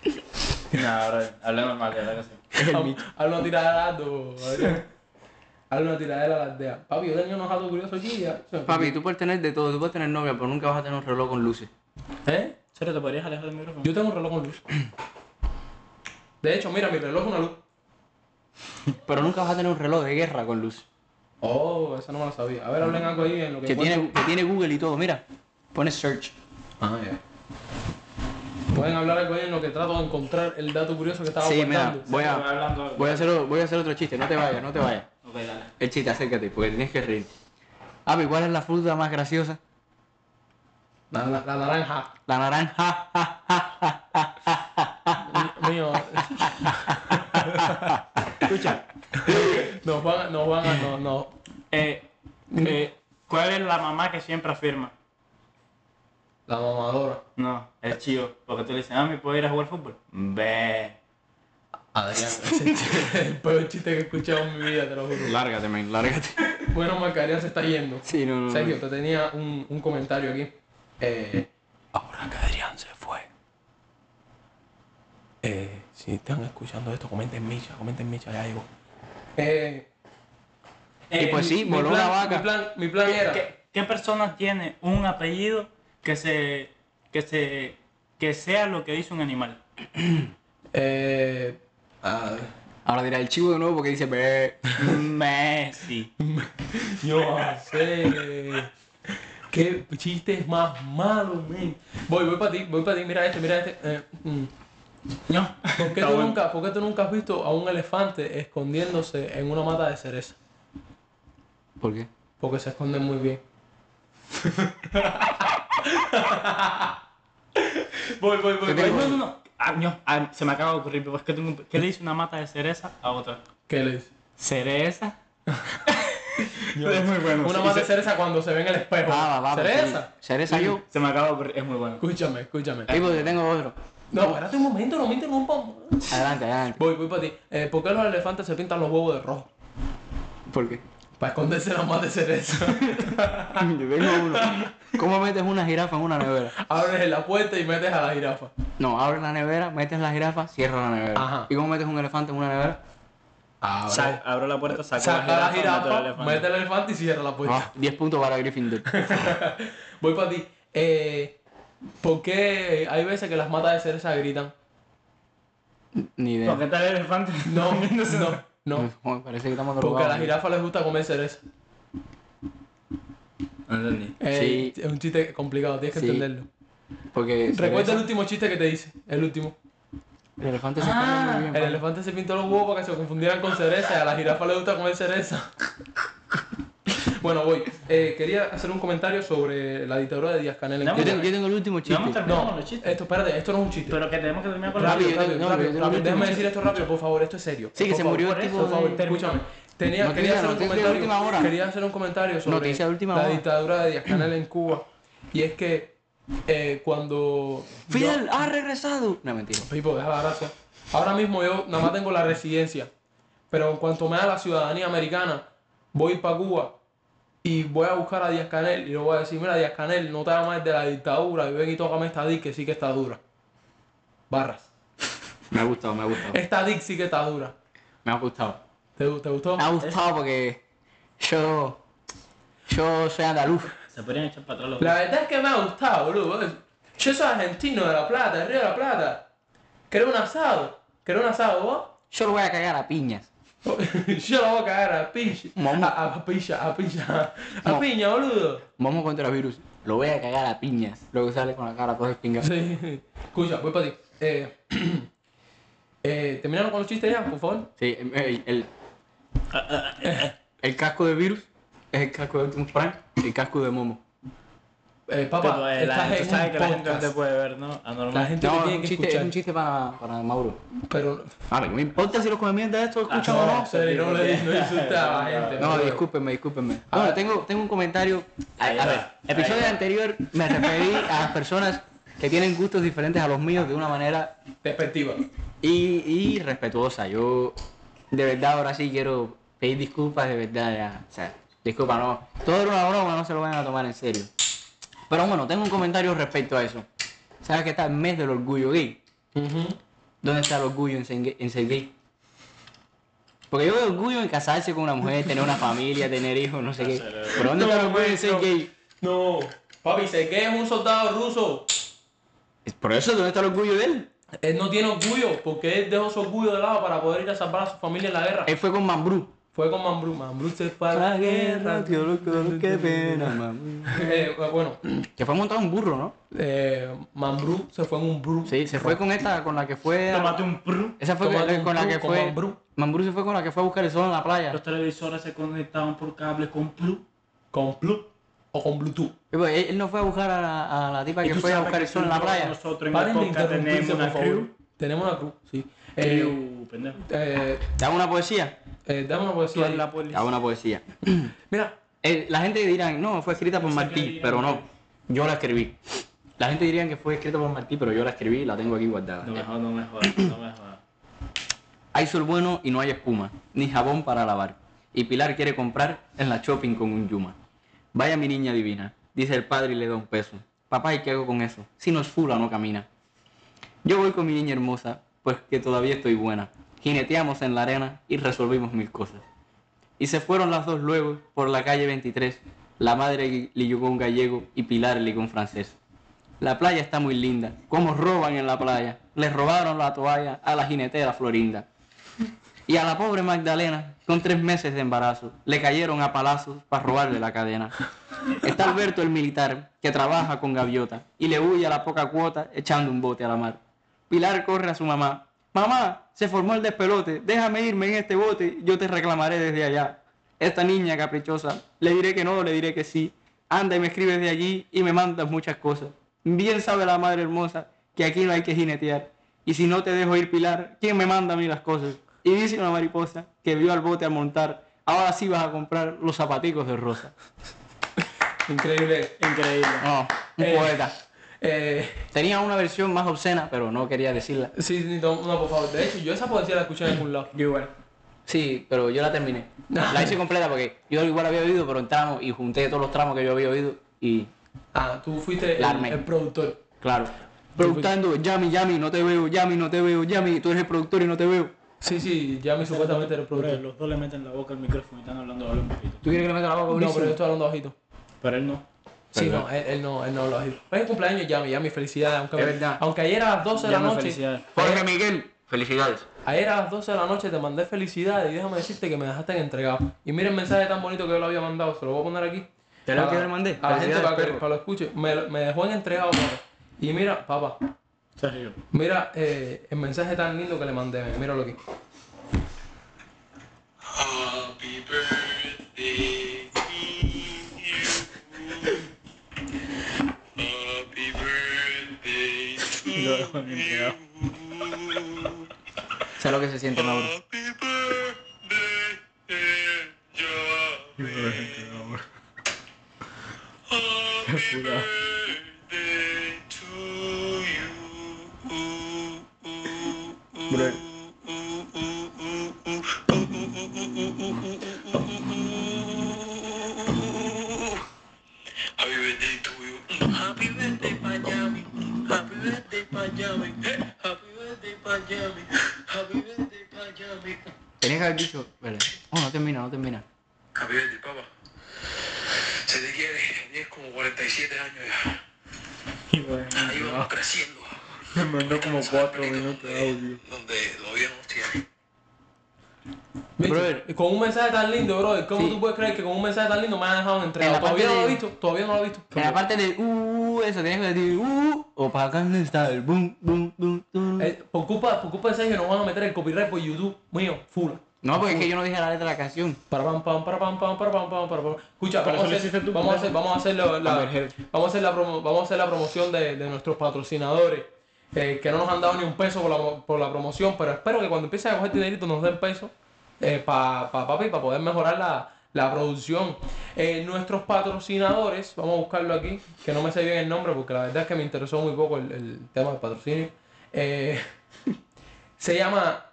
<laughs> Nah, bro. Hablé normal, de verdad que sí. Hazle una tiradera a Aldo, Adrián. Hazle una tiradera a la aldea. Papi, yo tenía unos datos curiosos aquí. ya. Papi, tú puedes tener de todo, tú puedes tener novia, pero nunca vas a tener un reloj con luces. ¿Eh? Solo te podrías alejar del micrófono. Yo tengo un reloj con luz. De hecho, mira, mi reloj es una luz. Pero nunca vas a tener un reloj de guerra con luz. Oh, esa no me la sabía. A ver, hablen algo ahí en lo que Que encuentren. tiene, que tiene Google y todo, mira. Pones search. Ah, ya. Pueden hablar algo ahí en lo que trato de encontrar el dato curioso que estaba Sí, mira, guardando. voy Voy a, hablando algo. voy, a hacer, o- voy a hacer otro chiste, no te vayas, no te vayas. Ok, dale. El chiste, acércate, porque tienes que reír. Papi, ¿cuál es la fruta más graciosa? La, la- la naranja. La naranja. Mío. Escucha. Nos van, a- nos van a. No, no. Eh, eh, ¿Cuál es la mamá que siempre afirma? La mamadora. No, el chivo. Porque tú le dices, mami, ¿puedo ir a jugar fútbol? Ve. Adrián, ese es el peor chiste que he escuchado en mi vida, te lo juro. Lárgate, men, lárgate. Bueno, Marcaría se está yendo. Sí, no, no, no. Sergio, te tenía un, un comentario aquí. Eh, ahora que Adrián se fue. Eh, si están escuchando esto, comenten Micha, comenten Micha, ya llegó. Eh, Y pues sí, mi voló plan- una vaca. Mi plan, mi plan era. ¿Qué, qué persona tiene un apellido que se. que se. que sea lo que dice un animal? Eh, ah, Ahora dirá el chivo de nuevo porque dice ve. <laughs> Messi. yo no sé. Qué chistes más malos, men. Voy, voy para ti, voy para ti. Mira este, mira este. Eh, mm. No. ¿Por qué, Está tú bueno. nunca, por qué tú nunca has visto a un elefante escondiéndose en una mata de cereza? ¿Por qué? Porque se esconde muy bien. voy, voy, voy. voy. Yo tengo- No, no, no. Ah, no, ah, se me acaba de ocurrir, pero es que tengo un- ¿Qué le dice una mata de cereza a otra? ¿Qué le dice? ¿Cereza? Es muy bueno. Una más de cereza cuando se ve en el espejo. Ah, va, va, cereza. sí. Eh, Cereza yo. Se me acaba de ocurrir, es muy bueno. Escúchame, escúchame. Ahí porque tengo otro. No, espérate un momento, no me interrumpas. Adelante, adelante. Voy, voy para ti. Eh, ¿Por qué los elefantes se pintan los huevos de rojo? ¿Por qué? <laughs> Para esconderse las más de cereza. Yo tengo uno. ¿Cómo metes una jirafa en una nevera? Abres la puerta y metes a la jirafa. No, abres la nevera, metes la jirafa, cierras la nevera. Ajá. ¿Y cómo metes un elefante en una nevera? Abres. Sa- abro la puerta, saco Saca la meto el jirafa, elefante. mete el elefante y cierra la puerta. Ah, 10 puntos <laughs> para Gryffindor. Voy para ti. Eh, ¿Por qué hay veces que las matas de cereza gritan? Ni idea. ¿Por qué está el elefante? No, no, no. Joder, parece que estamos Porque a las drogados. jirafas les gusta comer cereza. No entendí. Eh, Sí. Es un chiste complicado, tienes que Sí. entenderlo. Porque Recuerda el cereza- último chiste que te hice, el último. el elefante se esconde muy bien. Ah, El elefante se pintó los huevos para que se confundieran con cereza y a la jirafa le gusta comer cereza. <laughs> bueno, voy. Eh, quería hacer un comentario sobre la dictadura de Díaz Canel. No, Yo tengo, yo tengo el último No hemos chiste. terminado con No, los chistes. esto, espérate, esto no es un chiste. Pero que tenemos que terminar con los Rápido, chistes. Rápido, rápido, no, rápido, yo- rápido. yo- Déjame decir esto rápido, por favor, esto es serio. Sí, que Por se favor, murió el por tipo eso, por de- favor, Escúchame. Tenía, Noticia, quería hacer un noticia de comentario. última hora. Quería hacer un comentario sobre Noticia de última la hora. dictadura de Díaz Canel en Cuba. Y es que eh, cuando. yo- Fidel ha regresado. No, mentira. Pipo, deja la gracia. Ahora mismo yo nada más tengo la residencia. Pero en cuanto me da la ciudadanía americana, voy para Cuba y voy a buscar a Díaz Canel y le voy a decir, mira Díaz Canel, no te hagas de la dictadura y ven y tócame esta DIC que sí que está dura. Barras. Me ha gustado, me ha gustado. Esta DIC sí que está dura. Me ha gustado. ¿Te, gu- te gustó? Me ha gustado porque yo. Yo soy andaluz. Se podrían echar para atrás los La verdad es que me ha gustado, boludo. Yo soy argentino de La Plata, de Río de La Plata. Quiero un asado. Quiero un asado, vos. <laughs> Yo lo voy a cagar a piñas. Yo la voy a cagar a pinche. Momo. A, a picha, a picha. A Momo. piña, boludo. Vamos contra el virus. Lo voy a cagar a piñas. Luego sale con la cara toda espinga. Sí. Escucha, voy para ti. Eh, <clears throat> eh, ¿Terminaron con los chistes ya, por favor? Sí, em, el, el, el casco de virus es el casco de Optimus Prime, el casco de Momo. Eh, Pero, papá, eh, la- estás en tú sabes un que la gente no podcast. te puede ver, ¿no? La Anormal. gente Este te No, es tiene un que chiste, es escuchar. un chiste para, para Mauro. Pero... Vale, Ah, me importa si los comediantes de esto escuchan Ah, No, o no. en serio, no le <laughs> no insultes a la gente. No, boludo. discúlpenme, discúlpenme. Ah. Bueno, tengo, tengo un comentario. A, a Ahí va, ver, el ahí episodio va. anterior me referí a las personas que tienen gustos diferentes a los míos de una manera Perspectiva. y, y respetuosa. Yo, de verdad, ahora sí quiero pedir disculpas, de verdad, ya. O sea, disculpa, no. Todo era una broma, no se lo vayan a tomar en serio. Pero bueno, tengo un comentario respecto a eso. ¿Sabes que está el mes del orgullo gay? ¿Dónde está el orgullo en ser, gay- en ser gay? Porque yo veo orgullo en casarse con una mujer, tener una familia, tener hijos, no sé qué. Pero ¿dónde está el orgullo en ser gay? No. Papi, sé que es un soldado ruso. Es Por eso, ¿dónde está el orgullo de él? Él no tiene orgullo porque él dejó su orgullo de lado para poder ir a salvar a su familia en la guerra. Él fue con Mambrú. Fue con Mambrú. Mambrú se fue a la guerra. <laughs> Eh, bueno, Que fue montado un burro, ¿no? eh, Mambrú se fue en un bru. Sí, se fue con esta, con la que fue... a- Tómate un prr. Esa fue Tomando con, un con la club que con fue. Mambrú. Mambrú se fue con la que fue a buscar el sol en la playa. Los televisores se conectaban por cable con plu. Con Bluetooth o con Bluetooth. Y pues, él, él no fue a buscar a la, a la tipa que fue a buscar el sol en la playa. Nosotros en el Paren de podcast tenemos interrumpirse, por una favor. crew. Tenemos una cruz, sí. Eh, Crew, pendejo. eh, Dame una poesía. eh, dame una Tú poesía. eres la ahí. policía. Dame una <clears throat> poesía. Mira, Eh, la gente dirán, no, fue escrita por No sé qué Martí, dirán. pero no. Yo la escribí. La gente diría que fue escrita por Martí, pero yo la escribí y la tengo aquí guardada. No me jodas, no me jodas, no me jodas. <clears throat> Hay sol bueno y no hay espuma, ni jabón para lavar. Y Pilar quiere comprar en la shopping con un Yuma. Vaya mi niña divina, dice el padre y le da un peso. Papá, ¿y qué hago con eso? Si no es fula, no camina. Yo voy con mi niña hermosa, pues que todavía estoy buena. Jineteamos en la arena y resolvimos mil cosas. Y se fueron las dos luego por la calle 23. La madre ligó con gallego y Pilar ligó con francés. La playa está muy linda. ¿Cómo roban en la playa? Les robaron la toalla a la jinetera Florinda. Y a la pobre Magdalena, con tres meses de embarazo, le cayeron a palazos para robarle la cadena. Está Alberto el militar, que trabaja con gaviota, y le huye a la poca cuota echando un bote a la mar. Pilar corre a su mamá. Mamá, se formó el despelote, déjame irme en este bote, yo te reclamaré desde allá. Esta niña caprichosa, le diré que no, le diré que sí. Anda y me escribes de allí y me mandas muchas cosas. Bien sabe la madre hermosa que aquí no hay que jinetear. Y si no te dejo ir, Pilar, ¿quién me manda a mí las cosas? Y dice una mariposa que vio al bote a montar, ahora sí vas a comprar los zapaticos de rosa. Increíble. Increíble. No, un Eh. poeta. Eh, Tenía una versión más obscena, pero no quería decirla. sí, sí, no, no, por favor. De hecho, yo esa poesía la escuché en algún lado. Yo igual. Sí, pero yo la terminé. La hice completa porque yo igual había oído, pero en tramos y junté todos los tramos que yo había oído y, Ah, tú fuiste el, La armé. el productor. claro, preguntando, Yami, Yami, no te veo, Yami, no te veo, Yami, tú eres el productor y no te veo. Sí, sí, ya me supuestamente era el Pero productor. los dos le meten la boca al micrófono y están hablando ahora un poquito. ¿Tú quieres que le meta la boca No, pero yo estoy hablando bajito. Pero él no. Sí, Verdad. no, él, él no, él no lo bajito. Fue el cumpleaños, ya me, ya me felicidades. Aunque, Es verdad. aunque ayer a las 12 de la Llama noche. felicidades. Jorge Miguel, felicidades. Ayer a las 12 de la noche te mandé felicidades y déjame decirte que me dejaste entregado. Y mira el mensaje tan bonito que yo le había mandado, se lo voy a poner aquí. ¿Te lo Para- que le mandé? A la gente Felicidades, para que, perro. para lo escuche. Me, lo- me dejó en entregado, mano. Y mira, papá, Sergio. mira eh, el mensaje tan lindo que le mandé, men, míralo aquí. Happy birthday to you. Happy birthday to Lo dejo en entregado. you. Sé lo que se siente, Mauro. Happy birthday, dear Javi. Happy Puta. birthday to you. Bro. Happy birthday to you. Happy birthday, Pajami. Happy birthday, Pajami. Happy birthday, Pajami. Happy birthday, Pajami. Tenías que haber dicho, vale. Oh, No, no termina, no termina. Happy birthday, papá. Se te quiere, tienes como 47 años ya. Y bueno, Ahí vamos creciendo. me mandó como cuatro minutos de audio. Donde todavía no nos tienen. ¿Viste? Brother. Con un mensaje tan lindo, brother, ¿cómo Sí. tú puedes creer que con un mensaje tan lindo me han dejado En entregado? la parte Todavía no lo he de- visto, todavía no lo he visto. En la parte de uh, eso tienes que decir uh, o para acá no está el boom, boom, boom, boom. Eh, por, culpa, por culpa de Sergio nos van a meter el copyright por YouTube, mío, full. No, porque es que yo no dije la letra de la canción. Para pam pam para pam pam para pam pam para pam. Escucha, Pero vamos eso lo a, hiciste hacer, tú, vamos a hacer, vamos a hacer la, la- A ver, Ger. vamos a hacer la promo- vamos a hacer la promoción de, de nuestros patrocinadores eh, que no nos han dado ni un peso por la, por la promoción, pero espero que cuando empiecen a coger dinerito nos den peso para papi para poder mejorar la, la producción. Eh, nuestros patrocinadores, vamos a buscarlo aquí, que no me sé bien el nombre porque la verdad es que me interesó muy poco el, el tema del patrocinio. Eh, se llama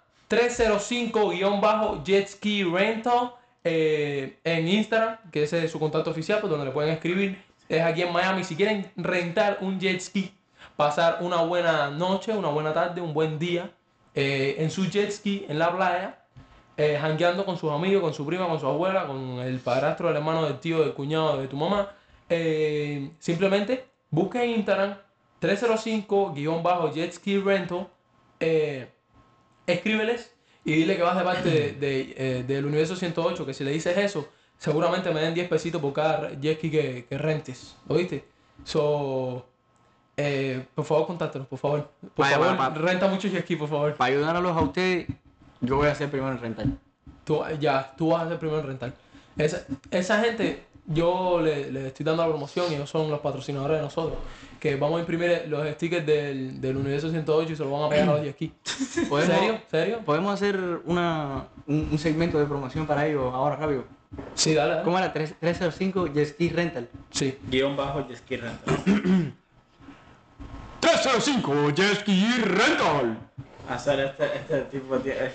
305-Jet Ski Rental eh, en Instagram, que ese es su contacto oficial, por donde le pueden escribir. Es aquí en Miami. Si quieren rentar un jet ski, pasar una buena noche, una buena tarde, un buen día eh, en su jet ski en la playa, eh, jangueando con sus amigos, con su prima, con su abuela, con el padrastro, el hermano, del tío, del cuñado, de tu mamá. eh, simplemente busca en Instagram 305-Jet Ski Rental. eh, escríbeles y dile que vas de parte de, de, eh, del Universo 108, que si le dices eso, seguramente me den 10 pesitos por cada jet ski que, que rentes, ¿oíste? So, eh, por favor, contáctanos, por favor. Por Vaya, favor, vaya, vaya. renta mucho jet ski, por favor. Para ayudarlos a ustedes, yo voy a ser primero en rentar. Tú, ya, tú vas a ser primero en rentar. Esa, esa gente, yo le, le estoy dando la promoción y ellos son los patrocinadores de nosotros. Que vamos a imprimir los stickers del, del Universo 108 y se los van a pegar a los jet <laughs> ski. Podemos- ¿Serio? ¿Serio? Podemos hacer una, un, un segmento de promoción para ellos ahora rápido. Sí, dale, dale. ¿Cómo era? Tres- 305 Jet Ski Rental. Sí. Guión bajo y izquierda. 305 Jet Ski Rental. Hacer este, este tipo <laughs> tiene.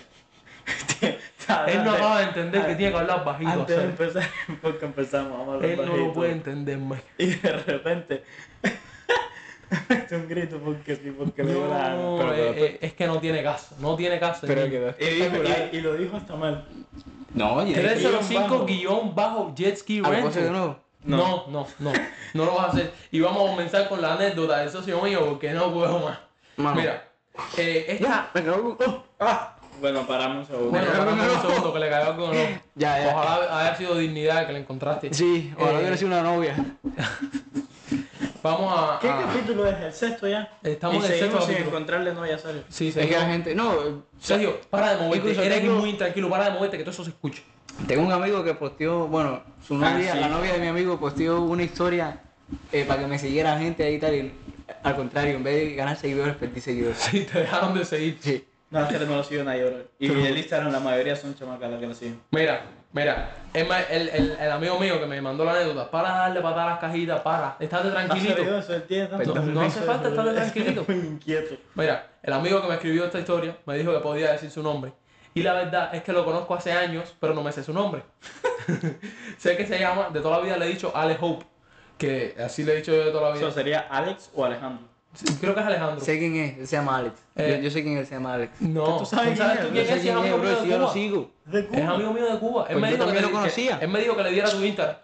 Él no acaba de entender que tiene que hablar bajito. Antes de Sergio. empezar, <laughs> porque empezamos a hablar Él no lo bajito. puede entender, man. Y de repente. <laughs> mete un grito porque sí, porque le dio la gana. No, Pero- eh, eh, es que no tiene caso, no tiene caso. pero- niño. pero- Eh, y- eh, y, y lo dijo hasta mal. No, Jet Ski. 305 guión bajo jet ski Ah, ¿lo puedo hacer de rental. nuevo? No, no, no, no, lo vas a hacer. Y vamos a comenzar con la anécdota del socio mío porque no puedo más. Mano. Mira, eh, esta. Me cago- oh, ah. Bueno, paramos un segundo. Bueno, no, paramos no, un no. segundo que le cayó algo. ¿no? Ya, ya. Ojalá haya sido dignidad que le encontraste. Sí, Eh, ahora hubiera sido una novia. Vamos a. ¿Qué a- capítulo es? ¿El sexto ya? ah. Estamos y en el sexto seguimos sin capítulo. encontrarle novia, Sergio. Sí, Es que seguimos. la gente. No, eh, Sergio, para de moverte. Incluso Eres tengo- muy intranquilo, para de moverte que todo eso se escucha. <laughs> Tengo un amigo que posteó, bueno, su Ah, novia, sí. la novia de mi amigo posteó una historia eh, para que me siguiera gente ahí y tal. Y Al contrario, en vez de ganar seguidores, perdí seguidores. Sí, te dejaron de seguir. Sí. No, este no lo sigue nadie, bro. Y el Instagram, la mayoría son chamacas las que lo siguen. Mira, mira, es más, el, el, el amigo mío que me mandó la anécdota, para darle patada a las cajitas, para, estate tranquilito. No, no hace falta estar <laughs> tranquilito. Muy inquieto. Mira, el amigo que me escribió esta historia me dijo que podía decir su nombre. Y la verdad es que lo conozco hace años, pero no me sé su nombre. <laughs> sé que se llama, de toda la vida le he dicho Ale Hope, que así le he dicho yo de toda la vida. Eso sería Alex o Alejandro. Sí, Creo que es Alejandro. Sé quién es, él se llama Alex. Eh. Yo, yo sé quién es, se llama Alex. No, ¿Tú sabes ¿tú quién sabes es? tú Yo quién sé es? Si es amigo bro, mío si de yo lo Cuba. sigo. De Es amigo mío de Cuba. Él Pues me, yo dijo que también le, lo conocía. que- él me dijo que le diera tu Instagram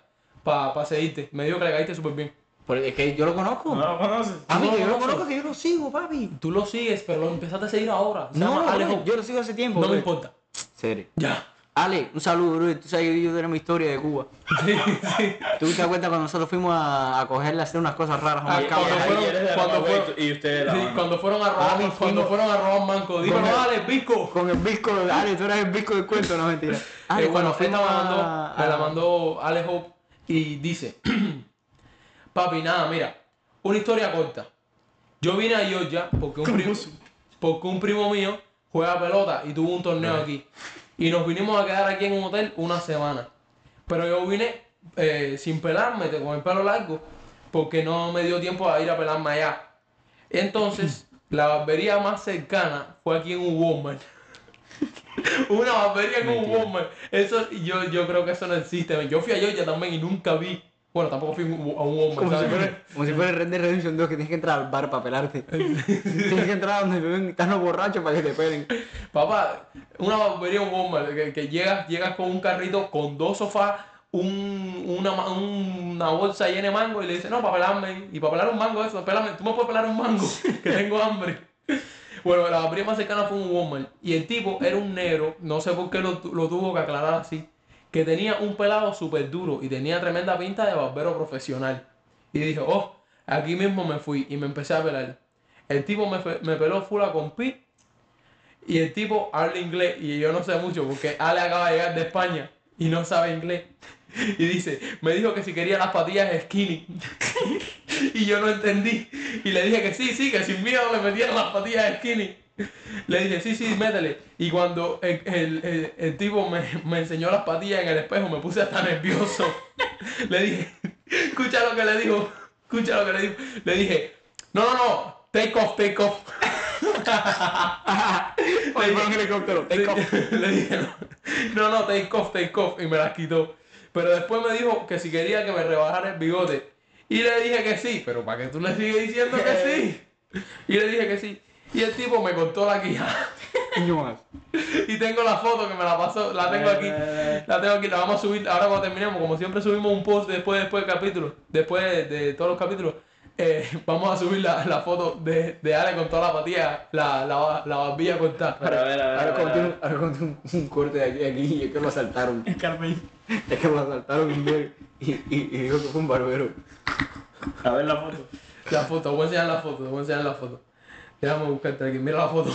para seguirte. Me dijo que le caíste súper bien. Porque es que yo lo conozco. No lo conoces. Ah, mira, No lo yo lo conozco. conozco, que yo lo sigo, papi. Tú lo sigues, pero lo empezaste a seguir ahora. Se No, llama Ale bro, Hope. yo lo sigo hace tiempo. No me bro. importa. Serio. Ya. Ale, un saludo, bro. Tú sabes que yo tengo mi historia de Cuba. ¿Tú te das cuenta cuando nosotros fuimos a, a cogerle a hacer unas cosas raras? Ah, hombre? cabrón. Ahí eres de Cuando Camagüey fueron- y ustedes la Sí, van. cuando fueron a robar, Ah, mi cuando primo. fueron a robar Manco, dijo, Bueno. no, dale, pico. Con el bisco, de- Ale, tú eras el bisco del cuento, <laughs> no mentira. Ale, Eh, bueno, esta me, Ah, fuimos la mandó, a- me la a- mandó Ale Hope y dice, <clears throat> papi, nada, mira, una historia corta. Yo vine a Georgia porque un, primo, porque un primo mío juega pelota y tuvo un torneo aquí. Y nos vinimos a quedar aquí en un hotel una semana. Pero yo vine eh, sin pelarme, te- con el pelo largo, porque no me dio tiempo a ir a pelarme allá. Entonces, la barbería más cercana fue aquí en un Walmart. <laughs> Una barbería en un Walmart. Eso, yo, yo creo que eso no existe. Yo fui a Georgia también y nunca vi. Bueno, tampoco fui a un a un Walmart. Como si, ¿sabes? fuera, como si fuera el Red Dead Redemption 2 que tienes que entrar al bar para <laughs> pelarte. tienes que entrar donde te ven están los borrachos para que te pelen. Papá, una barbería en Walmart, que, que llegas, llegas con un carrito con dos sofás, un, una, ma- una bolsa llena de mango y le dices, no, para pelarme, y para pelar un mango eso, pelame, tú me puedes pelar un mango, <laughs> que tengo hambre. Bueno, la barbería más cercana fue un Walmart, y el tipo era un negro, no sé por qué lo, tu- lo tuvo que aclarar así, que tenía un pelado súper duro y tenía tremenda pinta de barbero profesional. Y dije, oh, aquí mismo me fui y me empecé a pelar. El tipo me, fe- me peló fula con pi y el tipo habla inglés y yo no sé mucho porque Ale acaba de llegar de España y no sabe inglés. Y dice, me dijo que si quería las patillas skinny. <laughs> y yo no entendí. Y le dije que sí, sí, que sin miedo le metieran las patillas skinny. Le dije, sí, sí, métele. Y cuando el, el- el- el tipo me, me enseñó las patillas en el espejo, me puse hasta nervioso. <laughs> le dije, escucha lo que le dijo. Escucha lo que le dijo. Le dije, no, no, no, take off, take off. Oye, fue un helicóptero. Take off. Le dije, no, no, take off, take off. Y me las quitó. Pero después me dijo que si quería que me rebajara el bigote. Y le dije que sí. Pero ¿para qué tú le sigues diciendo que sí? Y le dije que sí. Y el tipo me cortó la quijada. <laughs> Niño más. Y tengo la foto que me la pasó. La tengo aquí. La tengo aquí. La vamos a subir. Ahora cuando terminemos, como siempre subimos un post después, después del capítulo. Después de, de todos los capítulos. eh, <laughs> vamos a subir la, la foto de, de Ale con toda la patilla, la, la, la barbilla cortada. Pero a ver, a ver, Ahora a ver, conté a un, ver. ahora conté un, un corte de aquí, de aquí y es que lo asaltaron. <laughs> Carmen. Es que lo asaltaron un día y, y, y dijo que fue un barbero. A ver la foto. <laughs> La foto, voy a enseñar la foto, voy a enseñar la foto. Déjame buscarte aquí, mira la foto.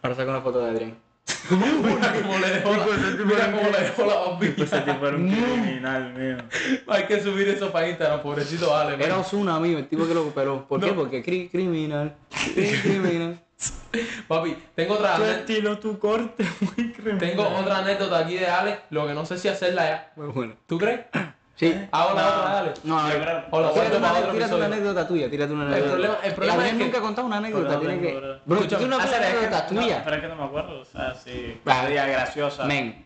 Ahora saco una foto de Adrián. <laughs> Mira cómo le dejó la, mira cómo le dejó la bombilla. Ese tipo era un criminal, mío. <laughs> Hay que subir eso para Instagram, pobrecito Ale. man. Era Osuna, amigo, el tipo que lo operó. ¿Por qué? Porque cri- criminal. Cri- <laughs> criminal. Papi, tengo otra Tu ane- estilo, tu corte, muy criminal. tengo otra anécdota aquí de Ale, lo que no sé si hacerla ya. Muy bueno. ¿Tú crees? Sí. Ahora No. otra de Ale. No, a Yo ver. creo- O la Tírate guardo una, para otro tírate episodio. una anécdota tuya, tírate una anécdota. problema- el problema Adrián es que- nunca ha contado una anécdota, Perdón, tiene que... perdón. Bro, tú Escúchame, tienes una hazle- anécdota No, tuya. pero es que no me acuerdo, o sea, sí. Ah. Vale. Sería graciosa. Men,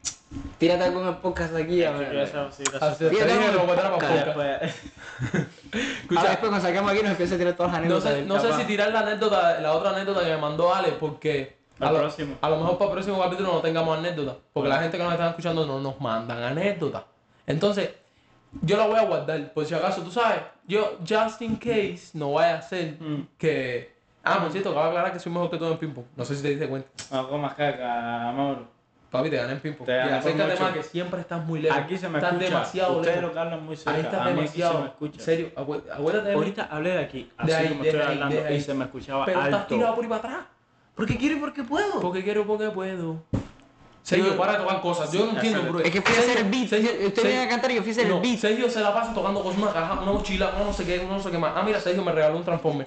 tírate algo en el podcast aquí, a Sí, ver. graciosa, sí, graciosa. Así, te dije que lo guardara para Cara, podcast. Después- Ahora Escucha, después cuando salgamos aquí nos empieza a tirar todas las no anécdotas. sé, del no sé capaz. si tirar la anécdota, la otra anécdota que me mandó Ale, porque Al a lo, próximo. a lo mejor para el próximo capítulo no tengamos anécdotas, porque la gente que nos está escuchando no nos mandan anécdotas. Entonces, yo la voy a guardar, por si acaso, tú sabes, yo, just in case, no vaya a ser <laughs> Mm. que... Ah, por cierto, acabo de aclarar que soy mejor que tú en ping-pong. No sé si te diste cuenta. No comas caca, Mauro. Papi, te gané en ping-pong. Te Y gané por acércate mucho. más, que siempre estás muy lejos. Aquí se me estás escucha. demasiado Ustedes lejos. lo que hablan muy cerca. Ahí estás a mí aquí se me demasiado. escucha. serio, acu- acuérdate de mí. Ahorita hablé de aquí, así De ahí, como de estoy ahí, hablando, de ahí. y se me escuchaba Pero estás tirado alto. por ahí para atrás. Porque quiero y porque puedo. Porque quiero, porque puedo. Sergio, Yo- para de tocar cosas. Yo no entiendo, bro. Es que fui a hacer el beat. Sergio, Usted Sergio- viene a cantar y yo fui a hacer el No, beat. Sergio se la pasa tocando cosas, una caja, una mochila, una no sé qué, una no sé qué más. Ah, mira, Sergio me regaló un transforme.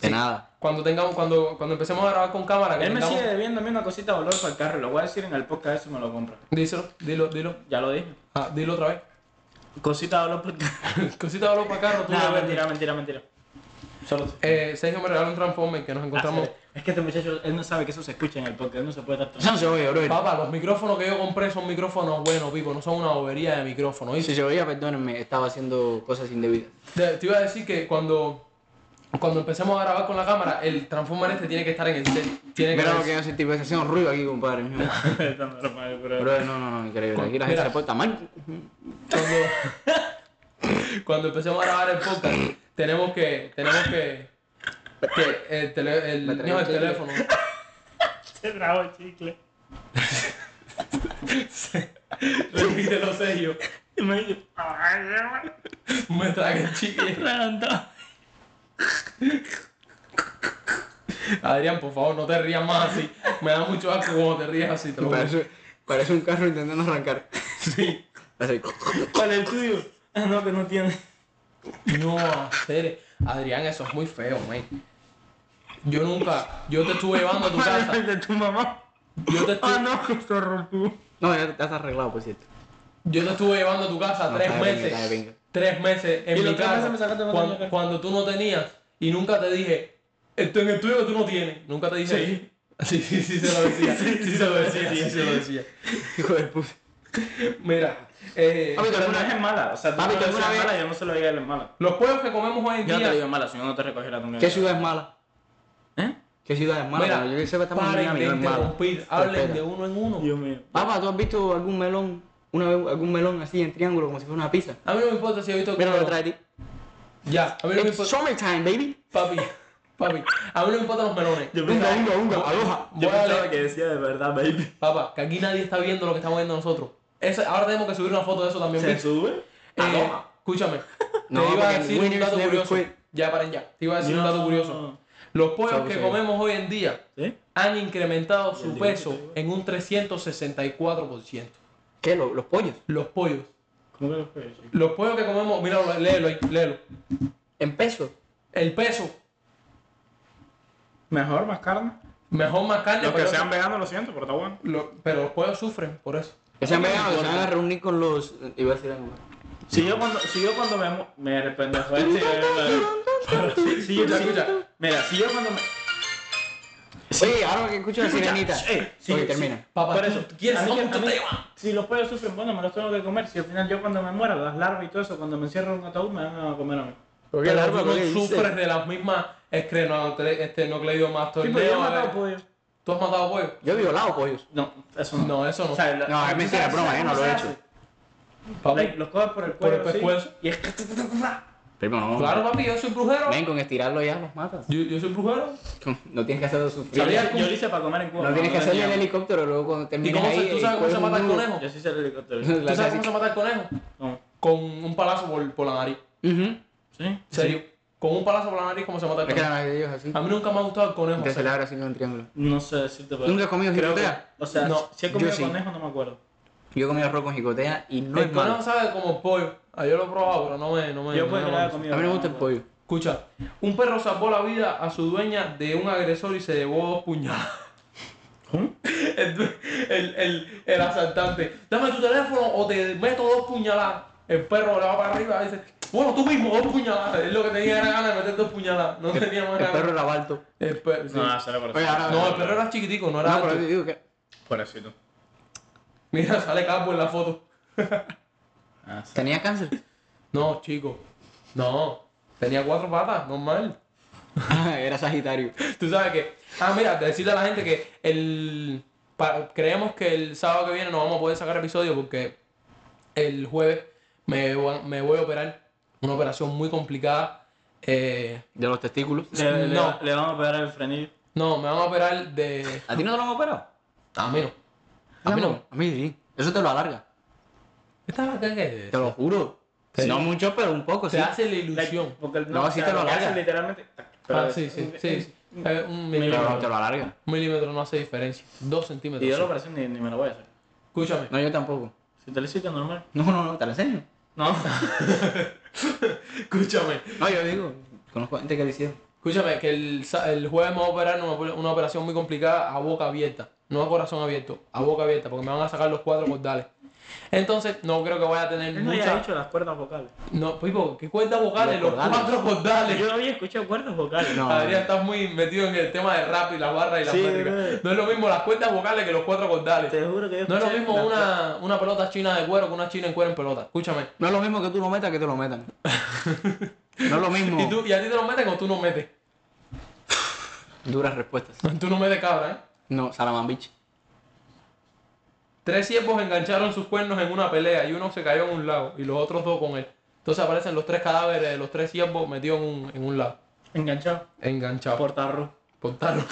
De nada. Cuando tengamos, cuando, cuando empecemos a grabar con cámara, que Él me tengamos- sigue debiendo a mí una cosita de valor para el carro. Lo voy a decir en el podcast, a ver si me lo compra. Díselo, dilo, dilo. Ya lo dije. Ah, dilo otra vez. Cosita de valor para el carro. <laughs> Cosita de para carro, tú no, lo ves. mentira, mentira, mentira. Solo Eh, Sergio me regaló un Transformer que nos Ah, encontramos. Es que este muchacho, él no sabe que eso se escucha en el podcast. Él no se puede estar <laughs> Eso no se oye, bro. Papá, los micrófonos que yo compré son micrófonos buenos, Pipo, no son una bobería de micrófonos. ¿oíste? Si se oía, perdónenme, estaba haciendo cosas indebidas. Te, te iba a decir que cuando, cuando empecemos a grabar con la cámara, el Transformer este tiene que estar en el set. Tiene que Mira lo ver- que hace tipo, está haciendo ruido aquí, <laughs> compadre. Tan normal, bro. Bro, no, no, no, increíble. Aquí la gente Mira. se porta mal. cuando, cuando <laughs> empecemos a grabar el podcast, tenemos que. Tenemos que. que el, tele- el- Me traigo no, el un chicle. <laughs> teléfono. Se trabó el chicle. Repítelo, Sergio. Y me dice, "Ay, no". Me traga el chicle. Adrián, por favor, no te rías más así. Me da mucho asco cuando te rías así. Te lo juro. Parece, parece un carro intentando <laughs> arrancar. Sí. Así. ¿Cuál es el tuyo? Ah, no, que no tiene. No, hacer. Adrián, eso es muy feo, man. Yo nunca, yo te estuve llevando a tu ¿Cuál es el casa. de tu mamá? Yo te, estu- Ah, no, que se rompió. No, ya estás arreglado, por cierto. yo te estuve llevando a tu casa No, tres está de pinga, meses. está de pinga. Tres meses en Y mi los tres casa. meses me sacaste cuan- más cuando, de mi tú no tenías y nunca te dije, esto en el tuyo tú no tienes. Nunca te dije. Sí. Sí, sí, sí se lo decía. Sí, se lo decía, sí se lo decía. Hijo de puta. Mira, eh, Papi, ¿tú Pero no es alguna- en mala. O sea, tú Papi, no ¿tú lo dices alguna en vez- mala, yo no se lo digo a él en mala. los juegos que comemos hoy en Yo no te lo digo día. en mala, si no, no te recogiera tu mierda. ¿Qué ciudad es mala? ¿Eh? ¿Qué ciudad es mala? Mira, Bueno, yo que sepa, estamos en paren Miami, de no es mala. interrumpir, hablen Espera. de uno en uno. Dios mío. Papá, ¿tú has visto algún melón, una vez, algún melón así en triángulo como si fuera una pizza? A mí no me importa si he visto. Mira lo que trae a ti. Ya, a mí no me It's importa. summertime, baby. Papi, papi, a mí no me importan los melones. Yo Unga, pensaba, unga, unga, aloha. Voy yo a pensaba leer- que decía de verdad, baby. Papá, que aquí nadie está viendo lo que estamos viendo nosotros. Eso- ahora tenemos que subir una foto de eso también. ¿Se ¿viste? sube? Eh, escúchame, No, te iba a porque decir un winners dato never curioso. quit. Ya, paren ya. Te iba a decir un dato No. curioso. Los pollos Sorry, que sorry. comemos hoy en día ¿Sí? han incrementado su digo que peso en un 364%. ¿Qué? ¿Lo- ¿Los pollos? Los pollos. ¿Cómo que lo fue? chico? Los pollos que comemos, míralo, léelo ahí, léelo. ¿En pesos? El peso, ¿Mejor, más carne? mejor más carne, Los que pero, sean veganos lo siento, pero está bueno. lo- pero los pollos sufren por eso. Que se han vegano, que se van a reunir con los... Iba a decir algo. Si yo cuando, si yo cuando me... mu- Me arrepentí. Si, si yo, Escucha, si- escucha. mira, si yo cuando me... Oye, ahora que escucho la sirenita. eh, sí, Oye, sí. termina. Papá, Por tú- eso, tú quieres a mí ser que- otro a mí- tema. Si los pollos sufren, bueno, me los tengo que comer. Si al final yo cuando me muera, las larvas y todo eso, cuando me encierro en un ataúd, me van a comer a mí. Porque Pero tú no sufres de las mismas este, Sí, pero yo he escrenonucleidomastorneos. matado pues. pollos. ¿Tú has matado pues? pollo? Yo he violado pollos. No, eso no. No, eso no. O sea, la- No, es mentira, ¿sabes broma, eh, cómo no lo se he hace? hecho. Papi, Like, los coges por el Por cuello. el así, pescuezo. Y es que. Primo, no. claro, papi, yo soy brujero. Ven, con estirarlo ya los matas. Yo, yo soy brujero. No tienes que hacerlo sufrir. Yo, ¿Sabías? yo lo hice para comer en Cuba. No tienes que cuando hacerle el tenía- helicóptero, luego cuando ¿Y termines cómo ahí... pues, uh, se, tú sabes cómo se mata el conejo? Yo sí hice el helicóptero. ¿Tú sabes cómo se mata el conejo? No. Con un palazo por, por la nariz. ¿Sí? ¿En serio? Con un palazo por la nariz, ¿cómo se mata el Es que la conejo? nariz de ellos así. A mí nunca me ha gustado el conejo. Entonces o sea. la abre así con un triángulo. No sé decirte, pero. ¿Nunca has comido creo que- jicotea? O sea, No, si he comido yo sí. conejo, no me acuerdo. Yo he comido arroz con jicotea y no el es malo. conejo sabe como pollo. Ah, yo lo he probado, pero no me. No me Yo pues, no puedo me que lo haya convence. comido. A mí me pero gusta el no me acuerdo. pollo. Escucha, un perro salvó la vida a su dueña de un agresor y se llevó dos puñaladas. <laughs> El, due- el, el, el asaltante, dame tu teléfono o te meto dos puñaladas. El perro le va para arriba y dice, bueno, tú mismo, dos puñaladas. Es lo que tenía era ganas de meter dos puñaladas. No tenía más El ganas. perro era balto. El per- sí. No, se lo Oye, ahora- No, el perro era chiquitico, no era No, pero alto. yo digo que... Pobrecito. Mira, sale capo en la foto. Ah, sí. Tenía cáncer. <laughs> <laughs> No, chico. No. Tenía cuatro patas, normal. Ah, era Sagitario. Tú sabes que. Ah, mira, decirle a la gente que el. pa- creemos que el sábado que viene no vamos a poder sacar episodio porque el jueves me, va- me voy a operar. Una operación muy complicada. Eh, De los testículos. Le, le- No. le vamos a pegar el frenillo. no, me van a operar de. ah, ¿A ti no te lo han operado? A mí no. A mí no. no. A mí sí. Eso te lo alarga. ¿Esta qué es? Te lo juro. No mucho, pero un poco, Se sí. hace la ilusión. Like, porque el- No, sí te lo que hace alarga. Literalmente. Ah, sí, sí, sí. sí. Eh, un Pero milímetro. te lo alarga. Un milímetro no hace diferencia. Dos centímetros. Y yo la sí. operación ni, ni me la voy a hacer. Escúchame. No, yo tampoco. Si te lo hiciste normal. No, no, no, te lo enseño. <laughs> No. Escúchame. No, yo digo. Conozco gente que lo hicieron. Escúchame, que el, sa- el jueves me voy a operar una, oper- una operación muy complicada a boca abierta. No a corazón abierto, a boca abierta, porque me van a sacar los cuatro cordales. Entonces, no creo que vaya a tener Él no había mucha... dicho las cuerdas vocales. No, Pipo, ¿qué cuentas vocales? Los, Los cordales. cuatro cordales. Yo no había escuchado cuerdas vocales. No. Adrián, estás muy metido en el tema de rap y las barras y las Sí, métricas. bro. No es lo mismo las cuentas vocales que los cuatro cordales. Te juro que yo No es lo escuché mismo las una, una pelota china de cuero que una china en cuero en pelota. Escúchame. No es lo mismo que tú lo metas que te <laughs> lo metan. No es lo mismo. ¿Y, tú, ¿Y a ti te lo meten o tú no metes? <laughs> Duras respuestas. Tú no metes cabra, ¿eh? No, Salamambich. Tres siervos engancharon sus cuernos en una pelea y uno se cayó en un lago y los otros dos con él. Entonces aparecen los tres cadáveres de los tres siervos metidos en un, en un lago. Enganchado. Enganchados. Por, Portarro. tarro.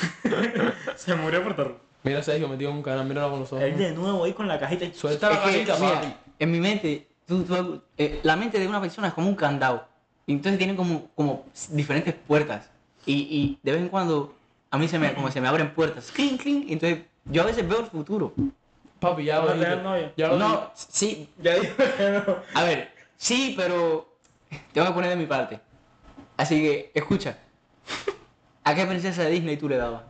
<laughs> Se murió Portarro. <laughs> Mira Sergio metido en un canal, míralo con los ojos. Él de nuevo ahí con la cajita. y- Suelta la Es que, cajita, mira, papi. en mi mente, tú- tú- eh, la mente de una persona es como un candado. Y entonces tienen como, como diferentes puertas. Y, y de vez en cuando a mí se me, como se me abren puertas. Cling, cling. Y entonces yo a veces veo el futuro. Papi, ya ¿Vas lo a tener dije. novia? Ya lo dije. No, sí. Ah, Ya dijo que no. A ver, sí, pero tengo que poner de mi parte. Así que, escucha. ¿A qué princesa de Disney tú le dabas?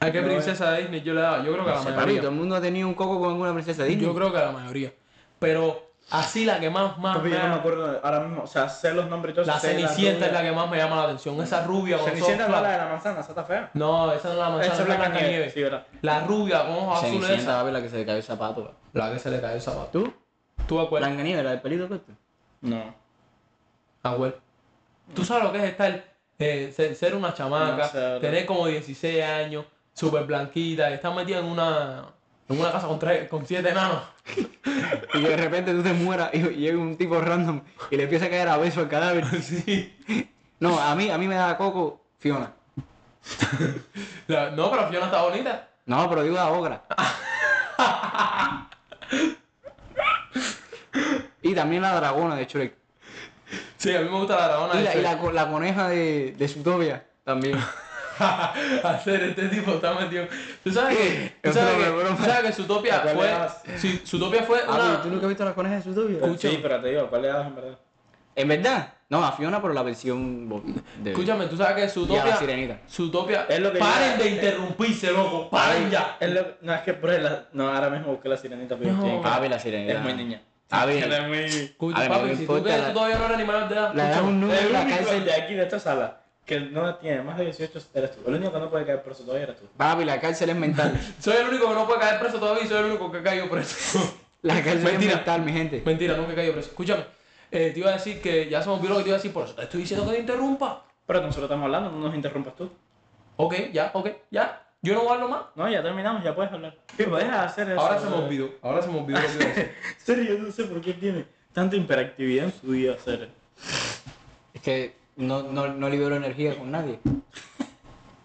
¿A qué No, princesa de Disney yo le daba? Yo creo que a la Papi, todo mayoría. el mundo ha tenido un coco con alguna princesa de Disney. Yo creo que a la mayoría. Pero así la que más, más, Papi, me yo no me ha- acuerdo de- ahora mismo. O sea, sé los nombres y todo. La sé Cenicienta es la rubia. que más me llama la atención. Esa rubia con ojos Cenicienta no es la claros. de la manzana, esa está fea. No, esa no es la manzana, Esa esa es es la Blancanieves, Blancanieves. sí, ¿verdad? La rubia con ojos azules Cenicienta, esa. papi, la que se le cayó el zapato. papi. La que se le cayó el zapato. ¿Tú? ¿Tú a cuál? Blanca Nieve, la del pelito corto. No. A cuál. ¿Tú sabes lo que es estar, eh, ser, ser una chamaca, No sé, bro. tener como 16 años, súper blanquita, y estar metida en una, en una casa con, tres, con siete enanos? <laughs> Y de repente tú te mueras y y llega un tipo random y le empieza a caer a beso al cadáver. <laughs> Sí. No, a mí, a mí me da coco Fiona. La- no, pero Fiona está bonita. No, pero digo la ogra. y también la dragona de Shrek. Sí, a mí me gusta la dragona. Y de la, y Shrek. la co- la coneja de, de Zootopia también. <laughs> hacer este tipo está metido. Tú sabes <laughs> que, tú Es sabes broma, que, es broma. tú sabes que Zootopia ¿A cuál le dabas? fue, sí, Zootopia fue <laughs> Ah, pero ¿tú una, nunca has visto la coneja de Zootopia? Escucha. Sí, pero te digo, ¿cuál le das en verdad? ¿En verdad? No, a Fiona por la versión bo- de... escúchame, tú sabes que y a la Zootopia, sirenita. Zootopia, Es lo que paren yo- de interrumpirse, loco, paren ya. Es lo- No, es que por él. la- No, ahora mismo busqué la sirenita, pero No. estoy en A casa. ver, la sirenita. Es muy niña. A ver. Ella Es muy. Escucha, A ver, papi, no si tú, importa que, la- tú todavía no eres ni mayor de edad, Le da escúchame. un número El en la único cárcel. de aquí, de esta sala, que no tiene más de 18 eres tú. El único que no puede caer preso todavía eres tú. Papi, la cárcel es mental. <laughs> soy el único que no puede caer preso todavía y soy el único que ha caído <laughs> preso. La <laughs> cárcel Mentira. es mental, mi gente. Mentira, nunca he caído preso. Escúchame, eh, te iba a decir que ya se me olvidó lo que te iba a decir, por eso te estoy diciendo que te interrumpa. Pero nosotros estamos hablando, no nos interrumpas tú. Ok, ya, ok, ya. Yo no hablo más. No, ya terminamos, ya puedes hablar. Pipo, deja de hacer eso. Ahora se me bro. olvidó, ahora se me olvidó lo que iba a decir. Serio, yo no sé por qué tiene tanta hiperactividad en su vida, hacer. Es que no, no, no libero energía con nadie. <laughs>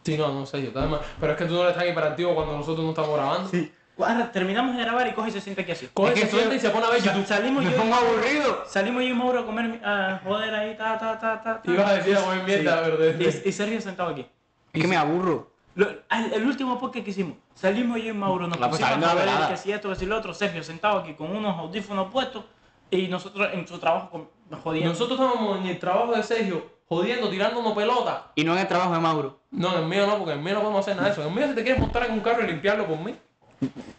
Sí, no, no sé, yo también. Pero es que tú no eres tan hiperactivo cuando nosotros no estamos grabando. Sí. Ahora terminamos de grabar y coge y se siente aquí así. Coge, Es que se sienta soy- y se pone a ver <laughs> YouTube. Salimos yo, aburrido. salimos yo y Mauro a comer, a joder ahí, ta, ta, ta, ta. ta. Y vas a decir a comer mierda, Sí. pero te- Y, y Sergio sentado aquí. Es que me aburro. Lo- al- el último podcast que hicimos, salimos yo y Mauro, nos La pusimos pasada, no, a ver velada. que si esto, que si lo otro, Sergio sentado aquí con unos audífonos puestos y nosotros en su trabajo con- jodiendo. Nosotros estábamos en el trabajo de Sergio, jodiendo, tirándonos pelota. Y no en el trabajo de Mauro. No, en el mío no, porque en el mío no podemos hacer nada de eso. En el mío, si te quieres montar en un carro y limpiarlo por mí.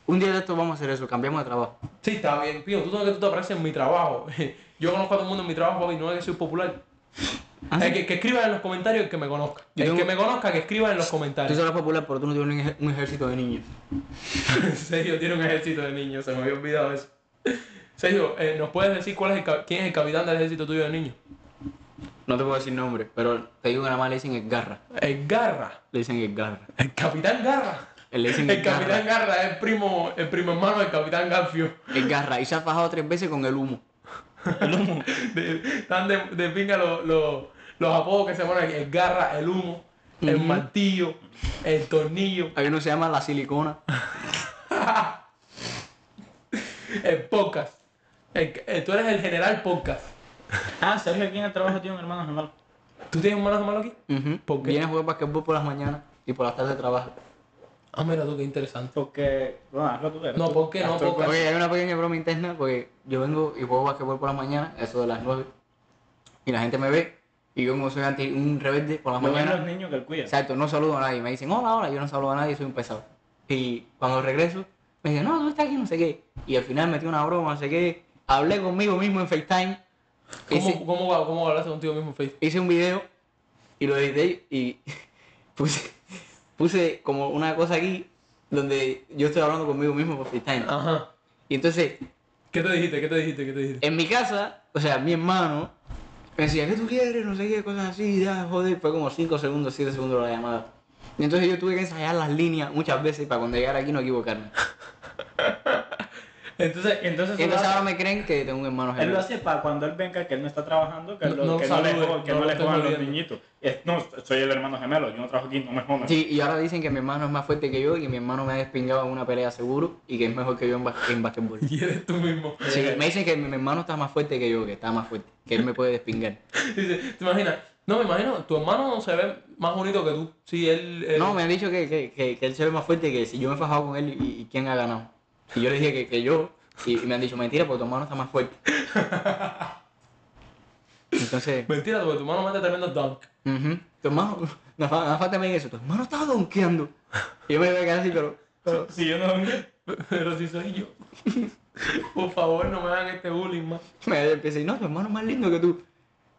Un día de estos vamos a hacer eso, cambiamos de trabajo. Sí, está bien, Pino. Tú sabes que tú te apareces en mi trabajo. <laughs> Yo conozco a todo el mundo en mi trabajo, papi. No es que soy popular. Ah, El que, que escriba en los comentarios el que me conozca. Yo El tengo- que me conozca, que escriba en los Tú comentarios. solo popular porque tú no tienes un ej- un ejército de niños. <laughs> Sergio tiene un ejército de niños, se me había olvidado eso. Sergio, eh, ¿nos puedes decir cuál es el ca- quién es el capitán del ejército tuyo de niños? No te puedo decir nombre, pero te digo que nada más le dicen el garra. El Garra. Le dicen el garra. El Capitán Garra. Le dicen el, El garra. Capitán Garra es el primo, el primo hermano del Capitán Garfio. El garra. Y se ha fajado tres veces con el humo. De- Están de, de pinga los, los, los apodos que se ponen aquí. El Garra, el humo, el martillo, el tornillo, Hay uno que se llama la silicona. el podcast. El- eh, tú eres el general podcast. Ah, Sergio aquí en el trabajo tiene un hermano gemelo. ¿Tú tienes un mano malo aquí? Ujú. ¿Por qué? Viene a jugar basquetbol por las mañanas y por las tardes trabaja. Ah, mira tú, qué interesante. Porque, bueno, hazlo tú. eres No, pues, tú. ¿por qué no? Haz tú el Porque- cuento. Oye, hay una pequeña broma interna porque yo vengo y juego basquetbol por las mañanas, eso de las 9. Y la gente me ve Y yo como soy anti- un rebelde por la Lo ven los mañana, niños que él cuida. exacto, no saludo a nadie. Me dicen, hola, hola, yo no saludo a nadie, soy un pesado. Y cuando regreso, me dicen, no, tú estás aquí, no sé qué. Y al final metí una broma, no sé qué. Hablé conmigo mismo en FaceTime. ¿Cómo, Hice- cómo, cómo hablaste contigo mismo en Facebook? hice un video y lo edité y <laughs> puse, puse como una cosa aquí donde yo estoy hablando conmigo mismo por FaceTime. Ah. Ajá. Y entonces, ¿Qué te dijiste? ¿Qué te dijiste? ¿Qué te dijiste? en mi casa, o sea, mi hermano me decía, ¿qué tú quieres? No sé qué, cosas así, ya, joder, fue como 5 segundos, 7 segundos la llamada. Y entonces yo tuve que ensayar las líneas muchas veces para cuando llegara aquí no equivocarme. Entonces, <laughs> Y entonces. entonces ahora- ahora me creen que tengo un hermano Él lo gemelo. hace para cuando él venga que él no está trabajando, que No- no, no que no le, salude, jo- que no no lo le estoy jodan los jodiendo. niñitos. Es- no, soy el hermano gemelo, yo no trabajo aquí, no me jodan. Sí, y ahora dicen que mi hermano es más fuerte que yo y que mi hermano me ha despingado en una pelea seguro y que es mejor que yo en, bas- en <laughs> basquetbol. Y eres tú mismo. Sí, me dicen que mi mi hermano está más fuerte que yo, que está más fuerte, que él me puede despingar. Dice, ¿te imaginas? No, me imagino, tu hermano se ve más bonito que tú. Sí, él. él- No, me han dicho que, que, que- que él se ve más fuerte que si yo me he fajado con él y, y quién ha ganado. Y yo le dije que, que yo, y, y me han dicho, mentira, porque tu hermano está más fuerte. Entonces, Mentira, porque tu hermano mete tremendo dunk. ujú, tu hermano, <laughs> nada fa- nada falta me diga eso, tu hermano estaba donkeando. Y yo me voy a quedar así, pero, pero Si yo no Pero si soy yo. Por favor, no me hagan este bullying más. me empecé, no, tu hermano es más lindo que tú.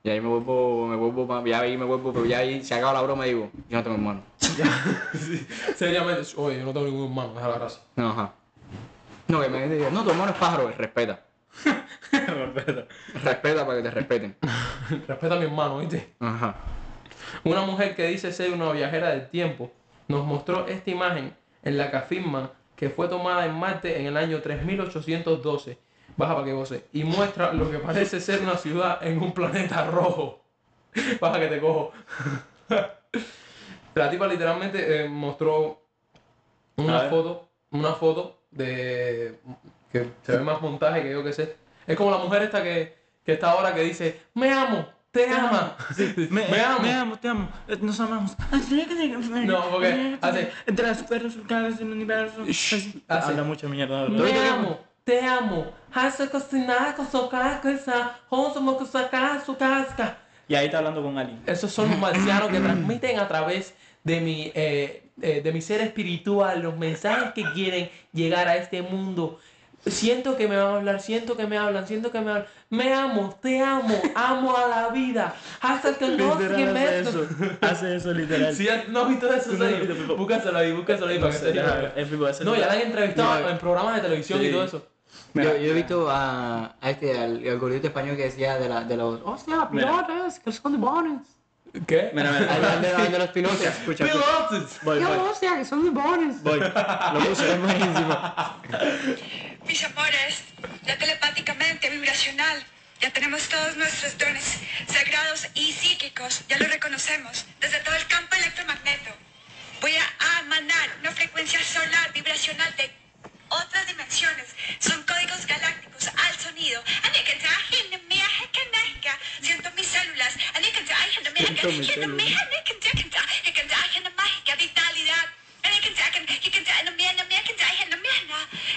Y ahí me vuelvo, me vuelvo, pa- ya ahí me vuelvo, pero ya ahí se acaba la broma y digo, yo no tengo hermano. Sí, Seriamente, oye, yo no tengo ningún hermano, deja la gracia. No, ajá. No, que me digan, no, tu hermano es pájaro, respeta. Respeta para que te respeten. Respeta a mi hermano, ¿viste? Ajá. Una mujer que dice ser una viajera del tiempo nos mostró esta imagen en la que afirma que fue tomada en Marte en el año 3812. Baja para que goce. Y muestra lo que parece ser una ciudad en un planeta rojo. Baja que te cojo. La tipa literalmente eh, mostró A una ver. foto, una foto de que se ve más montaje que yo que sé. Es como la mujer esta que, que está ahora que dice, me amo, te, ama. me, Me amo. me amo, te amo, eh, nos amamos. No, porque hace- Entre las perros, caras en el universo. así. hace- Habla mucha mierda. Me ¿verdad? amo, Ah, te amo. Hace cocinar con su casa, con su moco, su casa, su casca. Y ahí está hablando con alguien. Esos son los marcianos que transmiten a través de mi, eh, eh, de mi ser espiritual los mensajes que quieren llegar a este mundo. Siento que me van a hablar, siento que me hablan, siento que me hablan. Me amo, te amo, amo a la vida. Hasta que no sé qué Literal hace me... eso. Hace eso literal. Si ya no has visto eso, Tú no lo has Sergio, visto, Pipo. búscaselo ahí, búscaselo ahí para que se Ya, el tipo hace No, ya la han literal. entrevistado Ya. en programas de televisión y Sí. todo eso. Yo, Mira, yo he visto a, a este, al, al gordito español que decía de, la, de los. "Oh, ¡Hostia, Mira. pilotes! ¡Que son de bones! ¿Qué? Mira, mira, Al- al de, al de los pilotes. <laughs> Escucha, escucha. ¡Pilotes! voy, "Yo, voy, ¡Hostia, que son de bones! voy. Lo puse, es buenísimo. Mis amores, ya telepáticamente, vibracional, ya tenemos todos nuestros dones sagrados y psíquicos, ya lo reconocemos desde todo el campo electromagneto. Voy a emanar una frecuencia solar vibracional de otras dimensiones, son códigos galácticos al sonido. Siento mis células. Siento mis células. Vitalidad.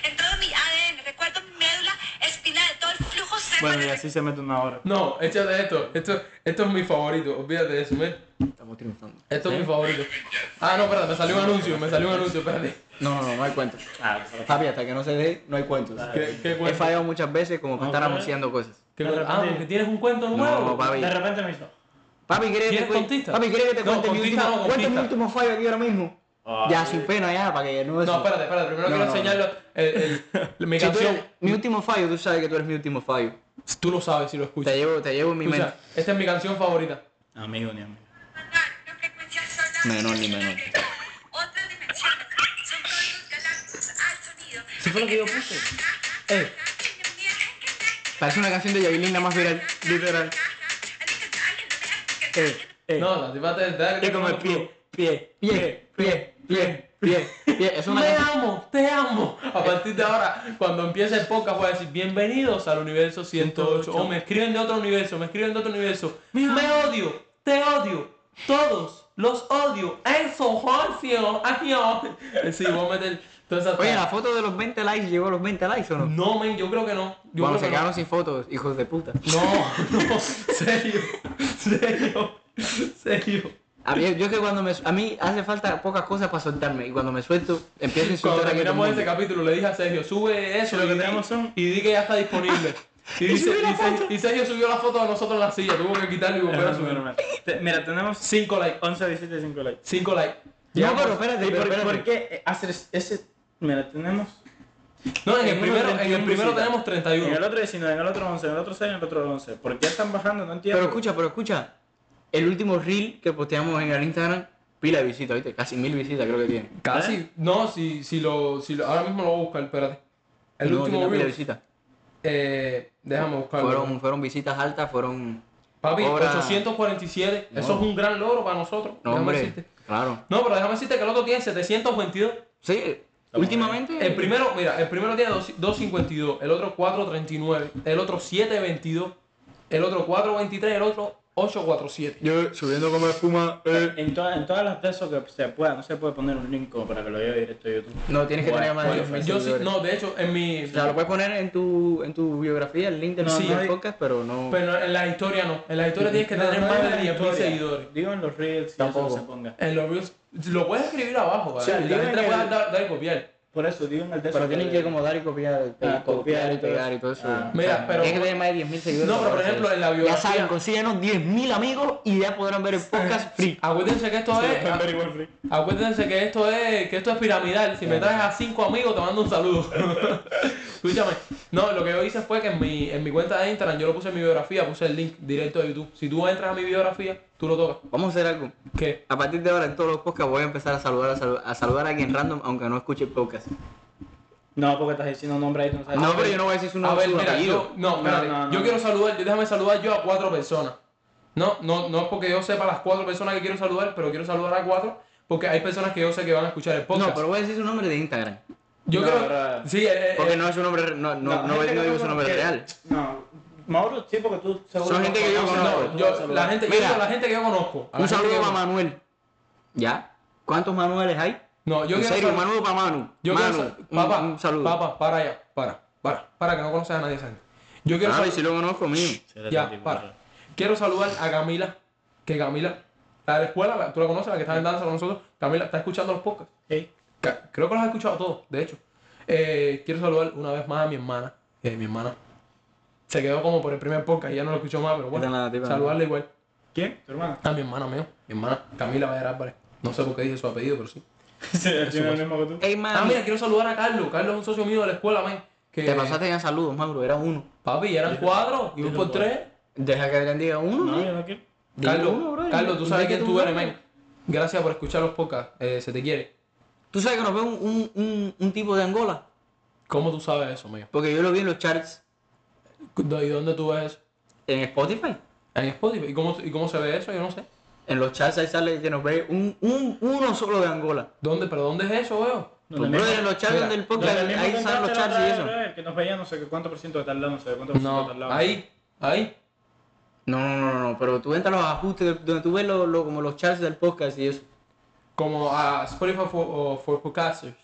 En todo mi ADN, recuerdo mi médula espinal, todo el flujo Bueno, y celular. así se mete una hora. No, échate esto. Esto, esto es mi favorito. Olvídate de eso, mira. Estamos triunfando. Esto es mi favorito. Ah, no, espérate, me salió un anuncio, me salió un anuncio, espérate. No, no, no, no hay cuentos. Ah, se lo- Papi, hasta que no se dé, no hay cuentos. ¿Qué, qué He cuento? fallado muchas veces como para estar Ojalá. anunciando cosas. ¿Qué cuento? Ah, porque tienes un cuento nuevo. No, papi. De repente me hizo. Papi, ¿quieres que te ¿Quieres cuente- contista? Papi, ¿quieres que No, te cuente mi contista último, no, cuente mi contista. último fallo aquí ahora mismo? Ay. Ya, sin pena ya, para que no... No, espérate, espérate. Primero No, quiero no, enseñarlo eh, el- <laughs> el- mi Si tú canción. eres- mi último fallo, tú sabes que tú eres mi último fallo. Tú lo sabes si lo escuchas. Te llevo, te llevo en mi Escucha, mente. esta es mi canción favorita. Amigo, ni amigo. Una frecuencia solar Menor ni menor. Otras dimensiones, son códigos galácticos al sonido. ¿Sí fue lo que yo puse? Eh, parece una canción de Yailin la más viral. <laughs> Literal. Eh, eh. No, la tipa te da Es como el pie, pie, Pie, pie, pie, pie, pie, pie. Es una Te canción- amo, te amo. A partir de ahora, cuando empiece el podcast, voy a decir bienvenidos al universo 108. O me escriben de otro universo, me escriben de otro universo. Me odio, te odio, todos los odio. Eso, Jorgio, adiós. <laughs> Sí, voy a meter todas esas. Oye, la foto de los 20 likes llegó a los 20 likes o no? No, men, yo creo que no. Yo creo bueno, se que <laughs> quedaron sin fotos, hijos de puta. no. No, no, serio. Serio. Serio. A mí, yo que cuando me, a mí hace falta pocas cosas para soltarme y cuando me suelto empiezo a Cuando insultar a todo terminamos el este mundo. capítulo le dije a Sergio, sube eso Lo que y, di- tenemos son- y di que ya está disponible. Y, dice- subí la y Sergio- y Sergio subió la foto de nosotros en la silla, tuvo que quitarlo y volver a subir. Te- Mira, tenemos 5 likes, 11 visitas y 5 likes. 5 likes. No, pues, pero espérate, ¿Y pero por, espérate. por qué hacer ese? Mira, tenemos. No, en el uno primero, en 31 el primero visitas. tenemos En el 31. otro 19, en el otro 11, en el otro 6, en el otro 11. ¿Por qué están bajando? No entiendo. Pero escucha, pero escucha. El último reel que posteamos en el Instagram, pila de visitas, ¿viste? Casi mil visitas creo que tiene. Casi. No, si, si, lo, si lo- ahora mismo lo voy a buscar, espérate. El No, último tiene pila de reel, visitas. eh, déjame buscarlo. Fueron, fueron visitas altas, fueron... Papi, Obra- 847. No. Eso es un gran logro para nosotros. No, Déjame hombre, decirte. claro. No, pero déjame decirte que el otro tiene 722. Sí, últimamente... El primero, mira, el primero tiene 2 252, el otro 439, el otro 722, el otro 423, el otro 847. Yo subiendo como espuma... eh. En, todas- en todas las de eso que se pueda, no se puede poner un link como para que lo vea directo a YouTube. No, tienes que Bueno, tener más de bueno, 10 mil Yo sí, seguidores. no, de hecho, en mi. O sea, lo puedes poner en tu, en tu biografía, el link de los Sí, del hay- podcast, pero no... Pero en la historia no. En la historia tienes que tener No, no más en la de 10.000 historia. seguidores. Digo en los reels y eso Tampoco. que se ponga. En los reels. Lo puedes escribir abajo, sea, ¿vale? digo La en gente le el- puede dar, dar y copiar. Por eso, digo en el de Pero eso tienen que acomodar y copiar, y Ah, copiar copiar y y todo pegar eso. y todo eso. Ah. Mira, pero- Tienes que tener más de 10.000 seguidores. No, pero, para por ejemplo, hacer en la eso. Ya biografía- saben, consíguenos 10.000 amigos y ya podrán ver el podcast free. Acuérdense que esto es. pueden ver igual, Free. Acuérdense que esto es que esto es piramidal. Si me traes a cinco amigos, te mando un saludo. <laughs> Escúchame. No, lo que yo hice fue que en mi, en mi cuenta de Instagram yo lo puse en mi biografía, puse el link directo de YouTube. Si tú entras a mi biografía, tú lo tocas. Vamos a hacer algo. ¿Qué? A partir de ahora, en todos los podcasts voy a empezar a saludar a, salu- a saludar a alguien random, aunque no escuche el podcast. No, porque estás diciendo nombre ahí, tú no sabes. No, pero yo no voy a decir su A nombre, ver, su mira, apellido. yo, no, No, espérate. no, no. yo quiero saludar, yo- déjame saludar yo a cuatro personas. No, no, no es porque yo sepa las cuatro personas que quiero saludar, pero quiero saludar a cuatro porque hay personas que yo sé que van a escuchar el podcast. No, pero voy a decir su nombre de Instagram. yo No, creo, pero- sí, eh, eh, Porque no es su nombre, re- no, no, no, No, gente que no digo <laughs> no su nombre conoce. real. No, Mauro, sí, porque tú seguro. Son no gente que yo conoces, conozco. pero tú vas a yo, saludar. la gente, yo Mira. digo la gente que yo conozco. a la gente que Un saludo yo para conozco. Manuel. ¿Ya? ¿Cuántos Manueles hay? No, yo en quiero serio, sal- un saludo para Manu. Yo Manu, quiero sa- un, papá, un saludo. Papá, para allá, para, para, para que no conoces a nadie esa gente. Yo quiero Ay, sal- Ah, si lo conozco, mío. ya, para. Quiero saludar a Camila, que Camila, la de la escuela, la- tú la conoces, la que está en danza con nosotros. Camila está escuchando los podcasts. Sí. Ca- Creo que los has escuchado todos, de hecho. Eh, quiero saludar una vez más a mi hermana. Eh, mi hermana se quedó como por el primer podcast y ya no lo escuchó más, pero bueno, Esta es la tipa, ¿no? saludarle igual. ¿Quién? <laughs> Tu hermana. A mi hermana mío, mi hermana Camila Vallar Álvarez. No sé por qué dije su apellido, pero sí. Sí, tiene el mismo que tú. Ey, Ah, Manu. mira, quiero saludar a Carlos. Carlos es un socio mío de la escuela, man. Que... Te pasaste ya saludos, Mauro. Era uno. Papi, eran cuatro y un por tres. Deja que Adrián diga uno. No, ¿no? yo no quiero. Dile uno, Carlos, brother. Carlos, tú Dile sabes que quién tú tú eres, sabes. men. Gracias por escuchar los podcasts. eh, se te quiere. Tú sabes que nos ve un, un, un, un tipo de Angola. ¿Cómo tú sabes eso, mío? Porque yo lo vi en los charts ¿Y dónde tú ves eso? en Spotify. En Spotify. ¿Y cómo, y cómo se ve eso? Yo no sé. En los charts ahí sale que nos ve un, un, uno solo de Angola. ¿Dónde? ¿Pero dónde es eso, veo? Pues, brother, en los charts mira, donde el podcast, Donde mismo ahí contaste salen los la charts otra y vez, eso. brother, Que nos veía no sé qué cuánto por ciento de tal lado, no sé cuánto por ciento de tal No, lado. ahí, ahí. No, no, no, no, no, pero tú entras a los ajustes, de- donde tú ves lo, lo- como los charts del podcast y eso. Como a Spotify for, o for Podcasters.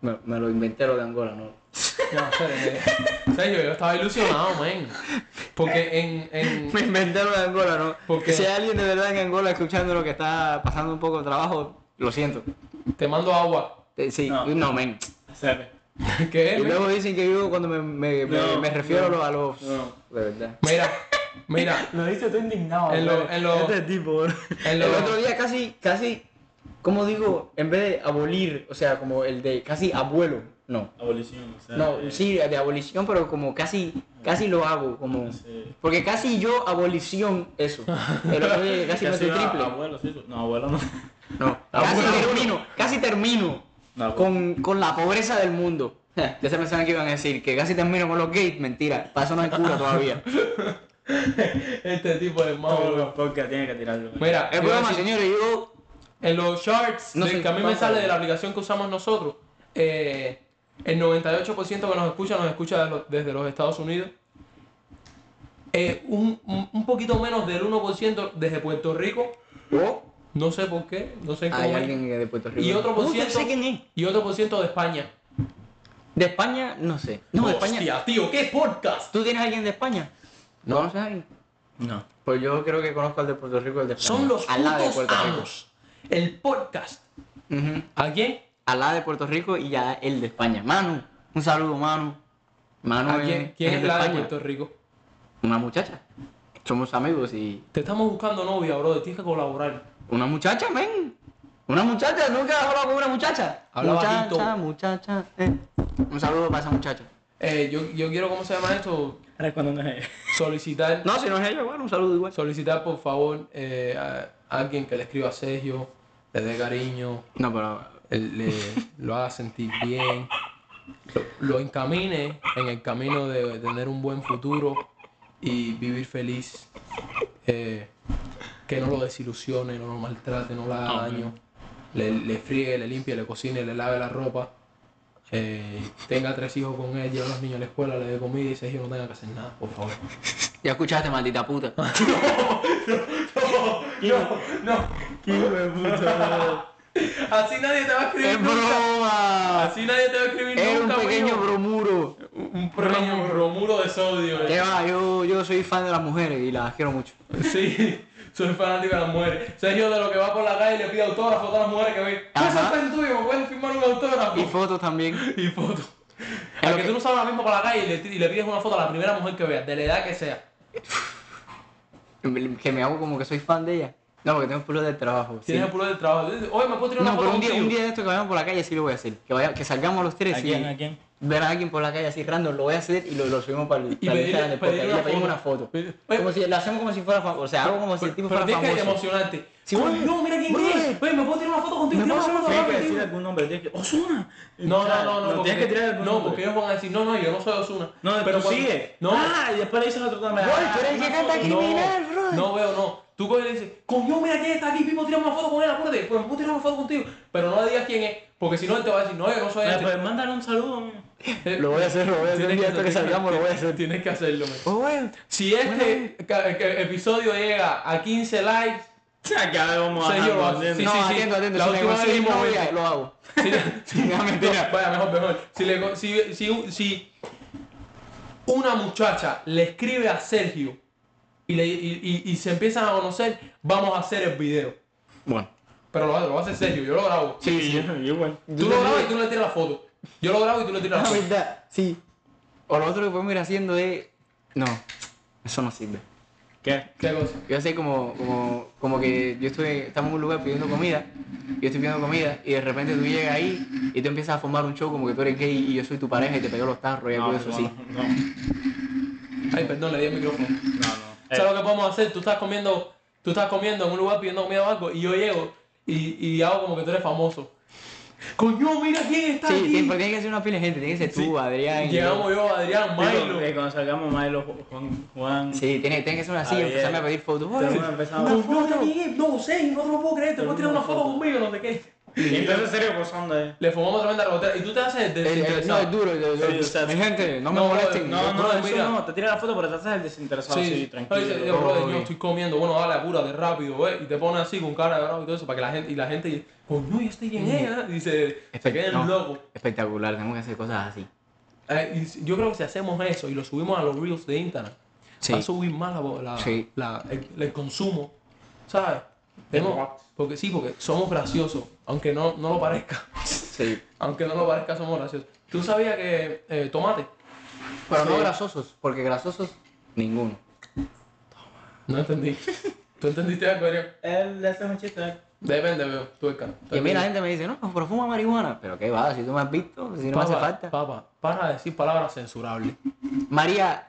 Me, me lo inventé lo de Angola, ¿no? No, espérate. Sergio, yo estaba ilusionado, man. Porque en, en, Me inventé lo de Angola, ¿no? ¿Por qué? Si hay alguien de verdad en Angola escuchando lo que está pasando un poco de trabajo, lo siento. te mando agua. Eh, Sí, no, No. men. Sabe. ¿Qué? Y luego dicen que yo cuando me, me, me, No, me refiero no, a los... no. De verdad. Mira, mira. Lo dices tú indignado. En lo- brother. en lo- tipo, bro. En El lo- otro día casi, casi, como digo, en vez de abolir, o sea, como el de casi abuelo, no. Abolición, o sea. No, eh, sí, de abolición, pero como casi, casi lo hago, como... sí. Porque casi yo abolición, <laughs> eso. El otro día que casi meto Casi el a- triple. Abuelo, sí. No, abuelo <laughs> no. No, Ah, casi termino, casi termino pues. No, con, con la pobreza del mundo. <laughs> Ya se pensaban que iban a decir que casi termino con los gays, mentira, para eso no hay <laughs> cura todavía. Este tipo de No, mambo. los podcasts tienen que tirarlo. bro. Mira, El yo problema, sí- señores, yo... En los charts No del sé, que a mí me pasa. sale de la aplicación que usamos nosotros, eh, el 98% que nos escucha nos escucha de lo- desde los Estados Unidos. Eh, un, un- un poquito menos del 1% desde Puerto Rico. Oh, No sé por qué, no sé cómo. hay es. alguien de Puerto Rico. Y otro por Uh, yo ciento. sé quién es. Y otro por ciento de España. De España, no sé. No, de España. Hostia, tío, ¿qué podcast? ¿Tú tienes a alguien de España? No. ¿Conoces a alguien? No. Pues yo creo que conozco al de Puerto Rico y al de Panamá. Son los al lado de putos Puerto Rico. amos. El podcast. Ujú. ¿A quién? Al lado de Puerto Rico y ya el de España. Manu, un saludo, Manu. Manu ¿A eh, es- quién? ¿Quién es de la de España. Puerto Rico? Una muchacha. Somos amigos y. Te estamos buscando novia, bro. Tienes que colaborar. Una muchacha, men. Una muchacha, nunca has hablado con una muchacha. Habla muchacha, bajito. muchacha. eh. Un saludo para esa muchacha. Eh, yo, yo quiero, ¿cómo se llama esto? Ahora cuando no es. Solicitar, No, si no es ella, bueno, un saludo igual. solicitar por favor eh, a a alguien que le escriba a Sergio, le dé cariño, No, pero. él le, lo haga sentir bien, lo, lo encamine en el camino de tener un buen futuro y vivir feliz. eh, que no lo desilusione, no lo maltrate, no le haga daño. Le, le friegue, le limpie, le cocine, le lave la ropa. eh, tenga tres hijos con él, lleve a los niños a la escuela, le dé comida y Sergio no tenga que hacer nada, por favor. Ya escuchaste, maldita puta. No, así nadie te va a escribir. ¡Es nunca. broma! Así nadie te va a escribir. Era un nunca, pequeño mijo. bromuro. Un pequeño bromuro de sodio. eh. ¿Qué va? Yo, yo soy fan de las mujeres y las quiero mucho. <laughs> Sí, soy fanático de las mujeres. Sergio de lo que va por la calle y le pide autógrafo a todas las mujeres que ve. ¿Qué es Ajá. el tuyo? ¿Me puedes firmar un autógrafo? <laughs> Y fotos también. Y foto. Es A lo que que- tú no sabes ahora mismo por la calle y le, y le pides una foto a la primera mujer que veas, de la edad que sea. Que me hago como que soy fan de ella. No, porque tengo pulo de trabajo. sí. Tienes el culo del trabajo. Dices, Oye, ¿me puedo tirar una No, foto pero un día, contigo? un día de esto que vayamos por la calle sí lo voy a hacer. Que, vaya, que salgamos los tres ¿A y quién? ¿A quién? ver a alguien por la calle así random, lo voy a hacer y lo, lo subimos para el Y para el pedirle- Instagram del podcast, pedirle y le una pedimos una foto. foto. Pedir- Oye, Como si lo hacemos como si fuera famoso. O sea, algo como si el tipo Pero, fuera pero tienes que famoso. emocionarte. Sí, Oye, brother. no, mira quién Brother. es. Oye, ¿me puedo tirar una foto contigo? ¿Me Tira una puedo hacer foto una Tienes que contigo. decir algún nombre. Tienes que. ¡Osuna! No, O sea, no, no, no. tienes porque- que tirar algún No, nombre. porque ellos van a decir, no, no, yo no soy Osuna. No, pero tú sigue. No, Ah, y después le dices otro nombre. Voy, Ah, tú eres el que no, canta no. criminal, brother. No veo, no. Tú coges y le dices, coño, mira quién está aquí, Pipo, tiramos una foto con él, apúrate. Pues puedo tirar una foto contigo. Pero no le digas quién es, porque si no él te va a decir, no, yo no soy Oye, este. Pues mándale un saludo. <laughs> Eh, pues, Lo voy a hacer, lo voy a hacer. tienes Un día esto que salgamos lo voy a hacer. Tienes que hacerlo, man. Oh, bueno. Si este ca- ca- episodio llega a 15 likes, <laughs> Ya vamos Soy yo, a sí, hacer. no, sí, sí. atento, atento. La si última negocio vez mi mismo novia, vete. lo hago. si, <laughs> si- No, mentira. <laughs> vaya, mejor, mejor. Si, le co- si- si- si una muchacha le escribe a Sergio y, le- y- y- y se empiezan a conocer, vamos a hacer el video. Bueno. Pero lo, lo hace Sergio, yo lo grabo. Sí, yo yo igual. Tú lo grabas y tú le tiras la foto. Yo lo grabo y tú le tiras la La foto. verdad, sí. O lo otro que podemos ir haciendo es. No, eso no sirve. ¿Qué? ¿Qué cosa? Yo sé como, como, como que yo estoy, estamos en un lugar pidiendo comida, yo estoy pidiendo comida y de repente tú llegas ahí y tú empiezas a formar un show como que tú eres gay y yo soy tu pareja y te pego los tarros y algo No, de eso no, así. <laughs> No, no. no. Ay, perdón, le di el micrófono. Eh, ¿Sabes lo que podemos hacer? Tú estás comiendo, tú estás comiendo en un lugar pidiendo comida o algo y yo llego y, y hago como que tú eres famoso. Coño, mira quién está Sí, aquí. sí, pero tiene que ser una pila de gente, tiene que ser tú, Adrián. Llegamos yo, Adrián, Milo. Milo. Eh, cuando salgamos Milo, Juan, Juan. Sí, tiene, tiene que ser una silla, Javier. empezarme a pedir fotos. Todo el mundo No, empezaba- no, no, no sé, no te lo puedo creer, te puedo tirar una foto conmigo, no sé qué. Y Empezó en serio posando, eh. Le fumamos tremenda rebotera y tú te haces el El- el- no, desinteresado. es duro, el- el- Sí, o sea, mi gente, no me no, molesten. No, no, Brother, pues, eso mira. no, te tira la foto pero te haces el desinteresado, sí, Oye, tranquilo. yo, brother, yo Obvio. estoy comiendo, bueno, dale, apúrate rápido, eh. Y te pones así con cara de bravo y todo eso, para que la gente, y la gente, coño, ¿y este quién es? eh?" Y se, se Espe- queden no, locos. Espectacular, tenemos que hacer cosas así. Eh, y si- yo creo que si hacemos eso y lo subimos a los reels de Instagram, Sí. va a subir más la, la- Sí. la- el, el consumo, ¿sabes? Tenemos- porque sí, porque somos graciosos, aunque no, no lo parezca. <laughs> Sí. Aunque no lo parezca, somos graciosos. ¿Tú sabías que eh, tomate? Pero no Sí. grasosos, porque grasosos, ninguno. No entendí. ¿Tú entendiste algo, Ariel? Él le hace un chiste. eh. Depende, veo. Tú el cara. Y a mí la gente me dice, no, pero fuma marihuana. Pero qué va, si tú me has visto, si no me hace falta. Papá, para de decir palabras censurables. María,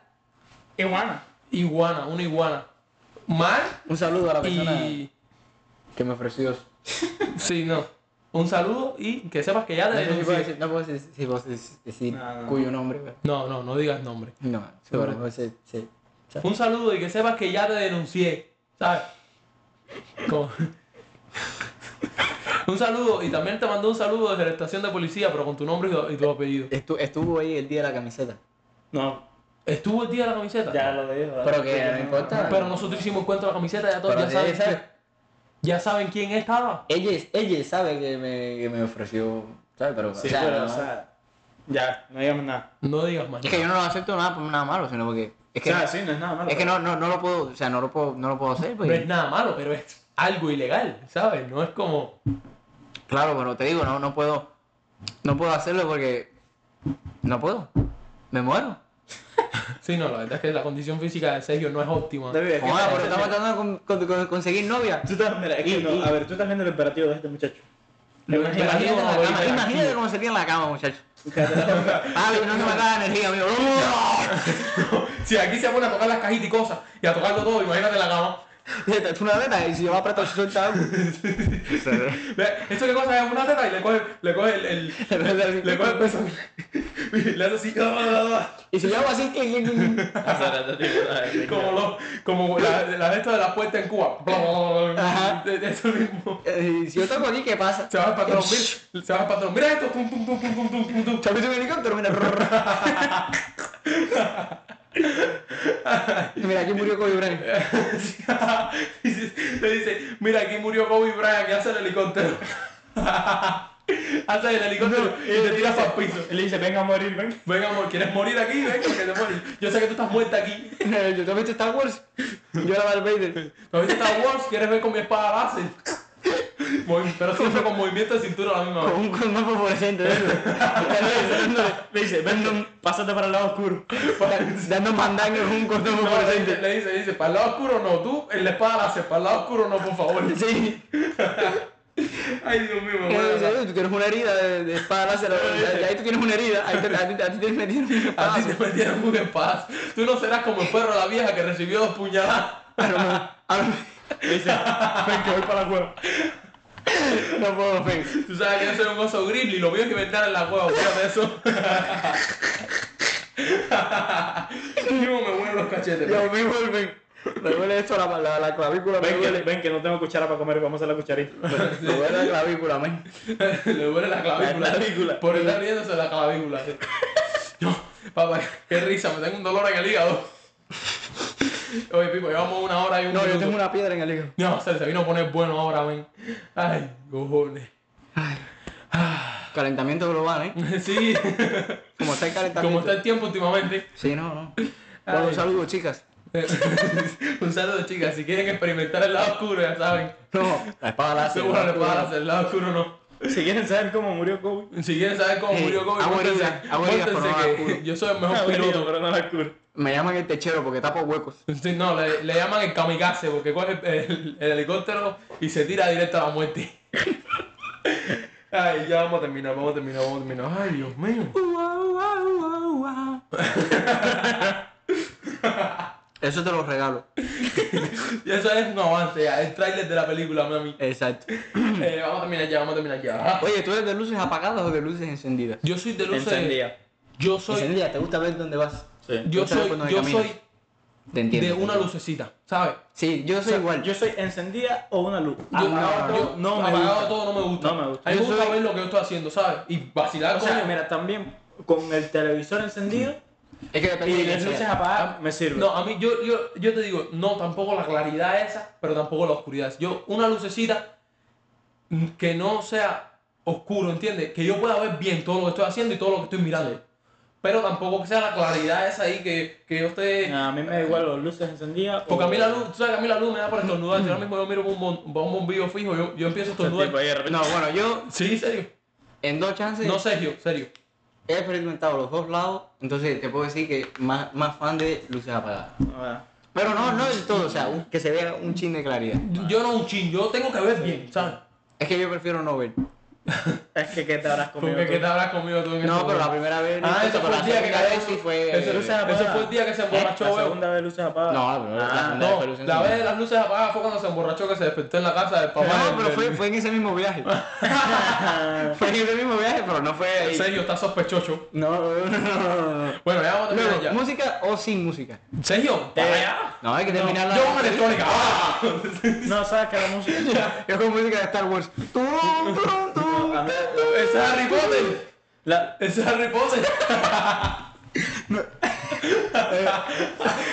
Iguana. Iguana, una iguana. Mal un saludo a la persona y... que me ofreció. eso. Sí, no. Un saludo y que sepas que ya No te sé si puedo denuncié. decir, no puedo decir, si puedo decir- decir No, no. cuyo nombre. pero- No, no, no digas nombre. No, Seguro. seguro. Sí, sí. Un saludo y que sepas que ya te denuncié, ¿sabes? Como- <laughs> un saludo y también te mandó un saludo desde la estación de policía, pero con tu nombre y tu, y tu apellido. Estu- estuvo ahí el día de la camiseta. No, ¿Estuvo el día de la camiseta? Ah, ya lo dijo. eh. Pero que no importa. Pero nosotros hicimos encuentro de la camiseta, ya todos Pero ya sí, saben, sí. quién- ya saben quién estaba. Ella, ella sabe que me, que me ofreció, ¿sabes? Pero, Sí, o sea, pero, no- o sea, ya, no digamos nada. No digas más. <laughs> es que yo no lo acepto nada por nada malo, sino porque Es O que, sea, sí, no es nada malo. es que no, no, no lo puedo, o sea, no lo puedo, no lo puedo hacer. No es Pues. nada malo, pero es algo ilegal, ¿sabes? No es como. Claro, pero te digo, no, no puedo, no puedo hacerlo porque no puedo. Me muero. Sí, no, la verdad es que la condición física de Sergio no es óptima. David, es que- Joder, pero estamos tratando de con- con- con- conseguir novia. Tú estás, mira, es que Y- no, y- a ver, tú estás viendo el imperativo de este muchacho. Lo Imagínate, imperativo- Imagínate, en la no, cama, hiperactivo. imagínate cómo sería en la cama, <laughs> muchachos. Papi, no se me acaba la energía, amigo. <laughs> <laughs> Si aquí se pone a tocar las cajitas y cosas y a tocarlo todo, imagínate la cama. Es una veta y si yo voy a apretar 80 algo. Ve, ¿Esto qué cosa es? Una teta y le coge, le coge el, el- le coge el peso. <laughs> le hace así. ah, Y si yo <laughs> hago así, clic, clic, clic, clic. como lo, como la, la de esto de la puerta en Cuba. Ajá. Eso mismo. <laughs> Eh, y si yo toco aquí, ¿qué pasa? <laughs> Se va el patrón, mira, se va el patrón, mira esto, pum, pum, pum, pum, pum, pum, pum, pum. ¿Te has visto un <laughs> helicóptero? Mira, mira aquí murió Kobe Bryant. Dice- Le dice, mira, aquí murió Kobe Bryant y hace el helicóptero. hace el helicóptero y te tiras al piso. Él dice, venga a morir, ven. Venga, amor, ¿quieres morir aquí? Venga, que te mueres. Yo sé que tú estás muerta aquí. ¿Tú has visto Star Wars? Yo era Darth Vader. ¿No viste Star Wars? ¿Quieres ver con mi espada láser? Movi- Pero siempre con movimiento de cintura a la misma Con vez. <laughs> un con un mapa fluorescente. de <laughs> eso. Le dice, ven, pásate para el <laughs> lado oscuro. Dando mandanga con un condón No, le dice, fluorescente. le dice, le dice, para el lado oscuro no, tú, en la espada láser, para el lado oscuro no, por favor. Sí. Ay, Dios mío, me voy a Dice, matar. "Oye, Tú tienes una herida de, de espada láser. ahí- Ahí tú tienes una herida. Ahí te, a ti- a ti te metieron un <laughs> A ti espadazo. te metieron un espadazo. Tú no serás como el perro de la vieja que recibió dos puñaladas. A lo mejor- a lo mejor- Le dice, ven que voy para la cueva. No puedo, ven. Tú sabes que yo soy un oso grizzly, lo mío es inventar en la cueva, fíjate eso. <laughs> Yo me muero los cachetes. Yo me vuelven. Me duele esto la, la, la clavícula. Me Ven que, duele. ven que no tengo cuchara para comer, vamos a la cucharita. Me duele la clavícula, men. Le duele la clavícula. La clavícula. Por estar riéndose la clavícula. sí. No, papá, qué risa, me tengo un dolor en el hígado. Oye, Pipo, llevamos una hora y un No, yo minuto. tengo una piedra en el hígado. No, se, se vino a poner bueno ahora, men. Ay, cojones. <laughs> Calentamiento global, ¿eh? Sí, Como está el calentamiento. como está el tiempo últimamente. <laughs> Sí, no, no. Bueno, Ay. un saludo, chicas. un saludo, chicas. Si quieren experimentar el lado oscuro, ya saben. No, la espada láser. Seguro le paras el lado oscuro, no. Si quieren saber cómo murió Kobe, Si quieren saber cómo Hey, murió Kobe, hago móntense- herida, hago herida, pero móntense no la que curo. yo soy el Ah, mejor bueno, piloto. pero no la cura. Me llaman el techero porque tapo huecos. Sí, No, le, le llaman el kamikaze porque coge el, el helicóptero y se tira directo a la muerte. <laughs> Ay, ya vamos a terminar, vamos a terminar, vamos a terminar. Ay, Dios mío. Eso te lo regalo. Y eso es un avance ya, el tráiler de la película, mami. Exacto. Eh, vamos a terminar ya, vamos a terminar ya. Ajá. Oye, ¿tú eres de luces apagadas o de luces encendidas? Yo soy de luces. Encendía. Yo soy, Encendidas, ¿te gusta ver dónde vas? Sí. yo Luces soy, cuando yo caminas. soy Te entiendo. de te una entiendo. lucecita, ¿sabes? Sí, yo soy igual. Yo soy encendida o una luz. Yo, yo- Apagado todo, Ah, no me apagado gusta. todo no me gusta. No me gusta. A mí me Yo gusta soy- ver lo que yo estoy haciendo, ¿sabes? Y vacilar O sea, coño. mira, también con el televisor encendido Es que depende y de las quién luces sea. apagadas me sirven. No, a mí yo, yo, yo te digo, no, tampoco la claridad esa, pero tampoco la oscuridad. Yo, una lucecita mm, que no sea oscuro, ¿entiendes? Que yo pueda ver bien todo lo que estoy haciendo y todo lo que estoy mirando. Pero tampoco que sea la claridad esa ahí que, que yo esté... A mí me da igual las luces encendidas. Porque o- a mí la luz, tú sabes que a mí la luz me da por estornudar. Si ahora mismo yo miro un, bon- un bombillo fijo, yo, yo empiezo a Ese tipo estornudar. ahí de repente- No, bueno, yo Sí, serio. en dos chances No, Sergio, serio. he experimentado los dos lados, entonces te puedo decir que más, más fan de luces apagadas. Ah, Pero no, no del todo, o sea, un- que se vea un chin de claridad. Yo no un chin, yo tengo que ver bien, ¿sabes? Es que yo prefiero no ver. Es que qué te habrás comido. Porque tú? ¿qué te habrás comido tú en este No, pero la momento? primera vez. no Ah, importa, eso pero fue el la día que segunda cayó. vez sí fue. eh, Eso, luces eso fue el día que se emborrachó, La weón. segunda vez luces apagadas. No, pero la Ah, segunda vez No, fue luces la vez de apagadas. las luces apagadas fue cuando se emborrachó que se despertó en la casa del papá. No, del- Ah, pero fue, del- fue en ese <laughs> mismo viaje. fue en ese mismo viaje, pero no fue ahí. Sergio está sospechoso. No, no, no, no, no. Bueno, ya vamos a terminar Luego, ya. música o sin música. Sergio, para allá. No, hay que terminar la. Yo con <laughs> electrónica. ¡ah! No, sabes que la música. Yo con música de Star Wars. <laughs> Tum, tum, tum. A mí- <laughs> Ese es Harry Potter. la- Ese es Harry <laughs> Potter.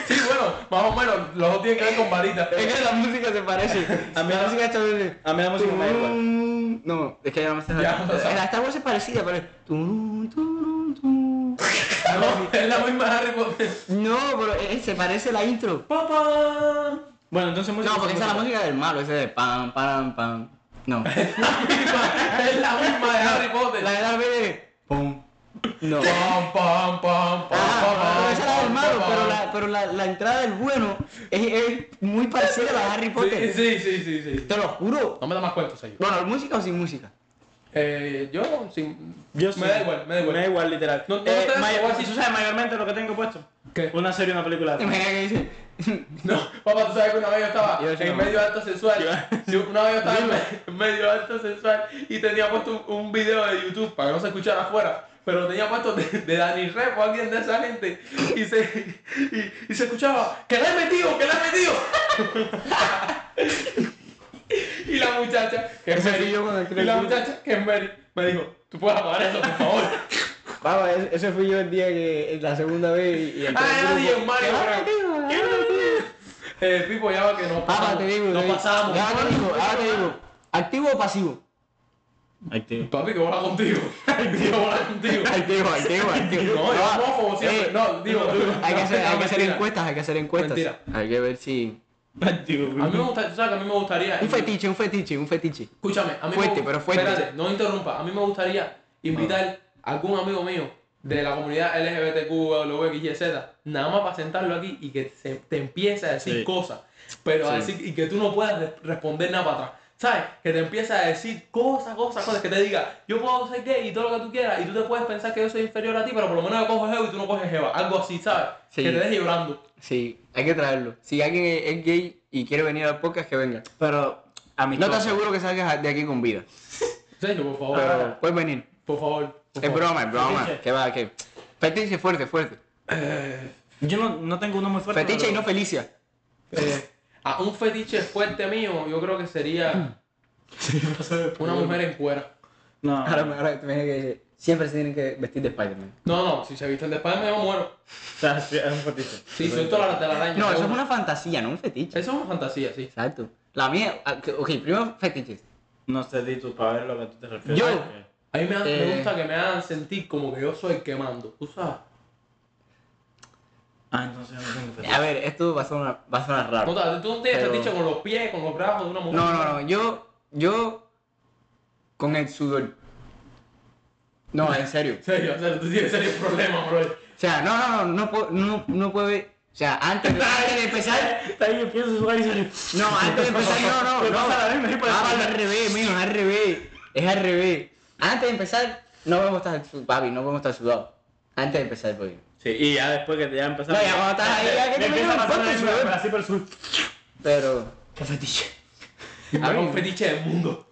sí, bueno, más o menos, los dos tienen que ver con varita. Es que la música se parece. A mí la la- música de Star Wars. a mí la música me da igual. Tum. No, es que ya no me sé. Ya, o sea. La Star Wars es parecida, pero es. tum, tum, tum. No, es la misma Harry Potter. No, pero eh, se parece la intro. ¡Papá! Bueno, entonces música. No, porque esa es la música del malo, ese de pam, pam, pam. No. Es la misma de Harry Potter. <laughs> La de Darth Vader. Pum. No. Pam, pam, pam, pam, Ah, pero pam, esa es la del pam, malo, pam, pero, pam. la, pero la, la entrada del bueno es, es muy parecida a la de Harry Potter. Sí, sí, sí, sí, sí. Te lo juro. No me da más cuentos ahí. Bueno, ¿música o sin música? Eh, yo, sin... Yo me sí. da igual, me da igual. Me da igual, literal. No- no Eh, ustedes- may- o así- ¿Tú sabes mayormente lo que tengo puesto? ¿Qué? Una serie y una película. Imagina que dice. No, papá, tú sabes que una vez yo estaba Yo sí en no. medio alto sensual. Sí, Una vez yo estaba en me- en medio alto sensual y tenía puesto un, un video de YouTube para que no se escuchara afuera. Pero lo tenía puesto de, de Dani Rep o alguien de esa gente. Y se, y, y se escuchaba, ¡que la he metido! ¡que la he metido! <laughs> y la muchacha, que es Ese Mary, fui yo cuando entré y la al grupo. muchacha, que es Mary, me dijo, tú puedes apagar eso, por <laughs> favor. <laughs> Vamos, ese fui yo el día que la segunda vez y, ah, era Diego Mario, Ah, creo. Eh, Pipo llama que nos Ahora pasamos. ah, te digo, nos te- pasamos. ahora te digo, ahora te digo, activo o pasivo. Activo. Papi, que bola contigo. <laughs> Que bola contigo. Activo, <laughs> activo, activo. No, yo homófobo siempre. no, digo, Eh, <laughs> Hay que hacer, no, hay que hacer mentira. encuestas, hay que hacer encuestas. Mentira. Hay que ver si. Activo. A mí me gusta, tú sabes que a mí me gustaría. Un fetiche, un fetiche, un fetiche. Escúchame, a mí Fuerte, me, pero fuerte. Ah. Espérate, no interrumpa. A mí me gustaría invitar a algún amigo mío de la comunidad LGBTQ, WXYZ, nada más para sentarlo aquí y que se- te empiece a decir Sí. cosas, pero a Sí. decir, y que tú no puedas re- responder nada para atrás. ¿Sabes? Que te empiece a decir cosas, cosas, cosas, que te diga, yo puedo ser gay y todo lo que tú quieras, y tú te puedes pensar que yo soy inferior a ti, pero por lo menos yo cojo geo y tú no coges jeva, algo así, ¿sabes? Sí. Que te deje llorando. Sí, hay que traerlo. Si alguien es- es gay y quiere venir al podcast, que venga. Pero a mi No te aseguro que salgas de aquí con vida. Sergio, por favor, Pero puedes venir. por favor. por Es favor. broma, es broma. Fetiche. Que va, que. Fetiche fuerte, fuerte. Yo no, no tengo uno muy fuerte. Fetiche y pero- no felicia. Eh, a un fetiche fuerte mío, yo creo que sería una mujer en cuera. No. <laughs> ahora me que siempre se tienen que vestir de Spider-Man. No, no, si se visten de espalda yo muero. O sea, sí, es un fetiche. Si soy toda la telaraña. No, eso es seguro. una fantasía, no un fetiche. Eso es una fantasía, sí. Exacto. La mía, ah, que- ok, primero fetiches. No sé, di tú, para ver lo que tú te refieres. Yo. Porque- A mí me, ha- me Eh. gusta que me hagan sentir como que yo soy quemando, ¿tú sabes? Ah, entonces yo no tengo fetiche. A ver, esto va a sonar, va a sonar No, raro. tú no tienes Pero- fetiche con los pies, con los brazos de una mujer. No, no, no, yo, yo, con el sudor. No, en serio. En serio, o sea, tú tienes serios problemas, bro. O sea, no, no, no, no, puedo- no, no puedo ver. O sea, antes <laughs> de, antes de empezar, Está ahí, empiezo a jugar y sale. no, antes de empezar, no, no, Me no. pasa la vez, me voy para el Papi, suelo. al revés, menos al revés. Es al revés. Antes de empezar, no podemos estar sudados, papi, no podemos estar sudados. Antes de empezar, papi. Sí, y ya después que te ya empezaron. No, ya cuando estás ahí, ya que te empieza meten a un pasar fuerte la misma, sudor. pero así por el sur. Pero, Qué fetiche. Hago un fetiche del mundo.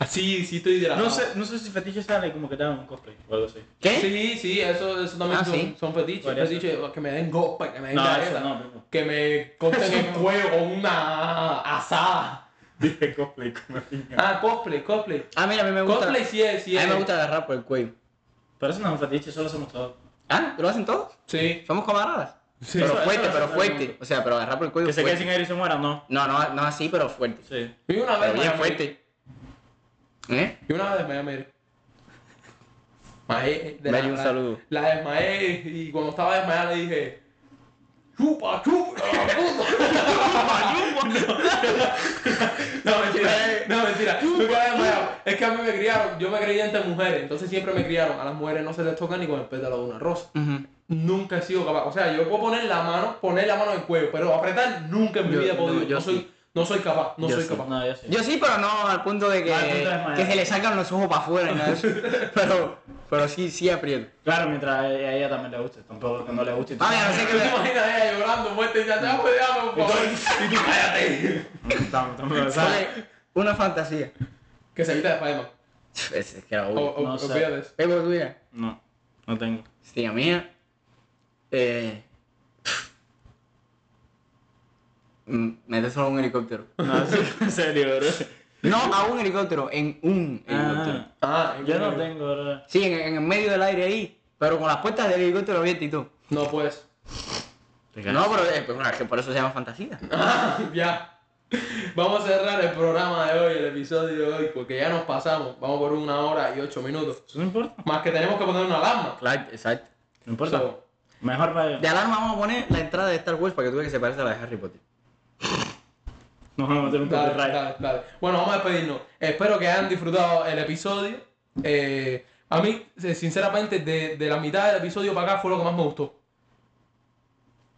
Así, sí estoy de la No sé, no sé si fetiche sale como que te hagan un cosplay o algo así. ¿qué? Sí, sí, eso, eso también ¿eh? Ah, son, sí. son fetiches. Podría ser. Fetiches que me den gopa, que me den No, careta, eso no, no. que me corten <laughs> el cuello con una asada. Dije cosplay como finca. Ah, cosplay, cosplay. Ah, mira, a mí me gusta. Cosplay sí es, sí A es. mí me gusta agarrar por el cuello. Pero eso no es un fetiche, solo hacemos todo. Ah, ¿lo hacen todos? Sí. Somos camaradas. Sí, pero eso- fuerte, eso- pero eso- fuerte. O sea, pero agarrar por el cuello. Que se quede fuerte. sin aire y se muera, no. No, no, no así, pero fuerte. Sí. Y una vez Pero bien me- fuerte. ¿Eh? Y una vez me llamé. Maé, de Mary, un la, saludo. La desmayé y cuando estaba desmayada le dije. ¡Chupa, chupa! Ah, <laughs> No, mentira, no, mentira. Nunca me he desmayado. Es que a mí me criaron, yo me creí entre mujeres, entonces siempre me criaron. A las mujeres no se les toca ni con el pétalo de una rosa. Ujú. Nunca he sido capaz. O sea, yo puedo poner la mano, poner la mano en el cuello, pero apretar nunca en mi Yo- vida he podido. no, yo No soy, sí. no soy capaz, no Yo soy sí. capaz. No, yo sí. Yo sí, pero no al punto de que, No, al punto de desmayar. que se le sacan los ojos para afuera y <laughs> nada de eso. Pero, pero sí, sí aprieto. Claro, mientras a ella a ella también le guste. Tampoco que no le guste. y tú- Ah, mira, no sé qué ¿Te me... imaginas a ella llorando, muerta y ya te hago de algo, por favor? Y tú cállate. Estamos, estamos, ¿sabes? Sale una fantasía. Que se evita de Spiderman. Pff, ese Es que era pues, O, obvio. o, no sé. olvídate eso. ¿Es por tuya? No, no tengo. Tía mía. Eh... mm, Mete solo un helicóptero. No, <laughs> sí, en serio, bro. Ah. No a un helicóptero, en un helicóptero. Ah, Ah, yo no increíble. tengo, bro. Sí, en, en el medio del aire ahí, pero con las puertas del helicóptero abiertas y todo. No puedes. <laughs> No, pero eh, pues, bueno, es que por eso se llama fantasía. Ah, ya. Vamos a cerrar el programa de hoy, el episodio de hoy, porque ya nos pasamos. Vamos por una hora y ocho minutos. Eso no importa. Más que tenemos que poner una alarma. Claro, exacto. No importa. So, Mejor vaya. De alarma vamos a poner la entrada de Star Wars para que tú veas que se parece a la de Harry Potter. Nos vamos a meter un poco dale, de raya. dale, dale. Bueno, vamos a despedirnos. Espero que hayan disfrutado el episodio. Eh, a mí, eh, sinceramente, de, de la mitad del episodio para acá fue lo que más me gustó.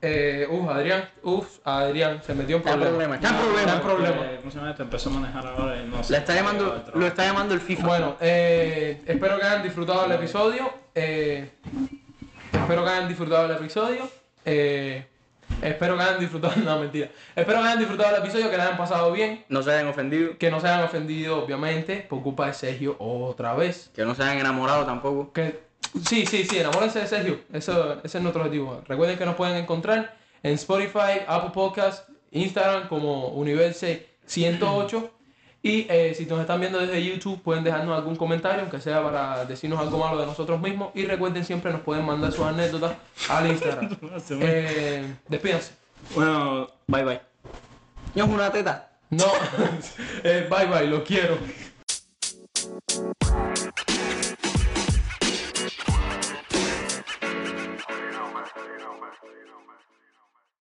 Eh, uf, Adrián, uf, Adrián, se metió en Está en problemas. problema, está en problema. Está en problema. Eh, ¿Cómo se llama esto? Empezó a manejar ahora y no sé. La está llamando, lo está llamando el FIFA. Bueno, eh, espero que hayan disfrutado el episodio. eh, espero que hayan disfrutado el episodio. eh, espero que hayan disfrutado. <laughs> No, mentira. Espero que hayan disfrutado el episodio, que la hayan pasado bien. No se hayan ofendido, Que no se hayan ofendido, obviamente, por culpa de Sergio otra vez. que no se hayan enamorado tampoco. Que, sí, sí, sí, enamórense de Sergio. Eso, ese es nuestro objetivo. Recuerden que nos pueden encontrar en Spotify, Apple Podcast, Instagram como Universe 108. Y eh, si nos están viendo desde YouTube, pueden dejarnos algún comentario, aunque sea para decirnos algo malo de nosotros mismos. Y recuerden, siempre nos pueden mandar sus anécdotas al Instagram. Eh, despídanse. Bueno, bye bye. Yo es una teta. No, <laughs> Eh, bye bye, lo quiero.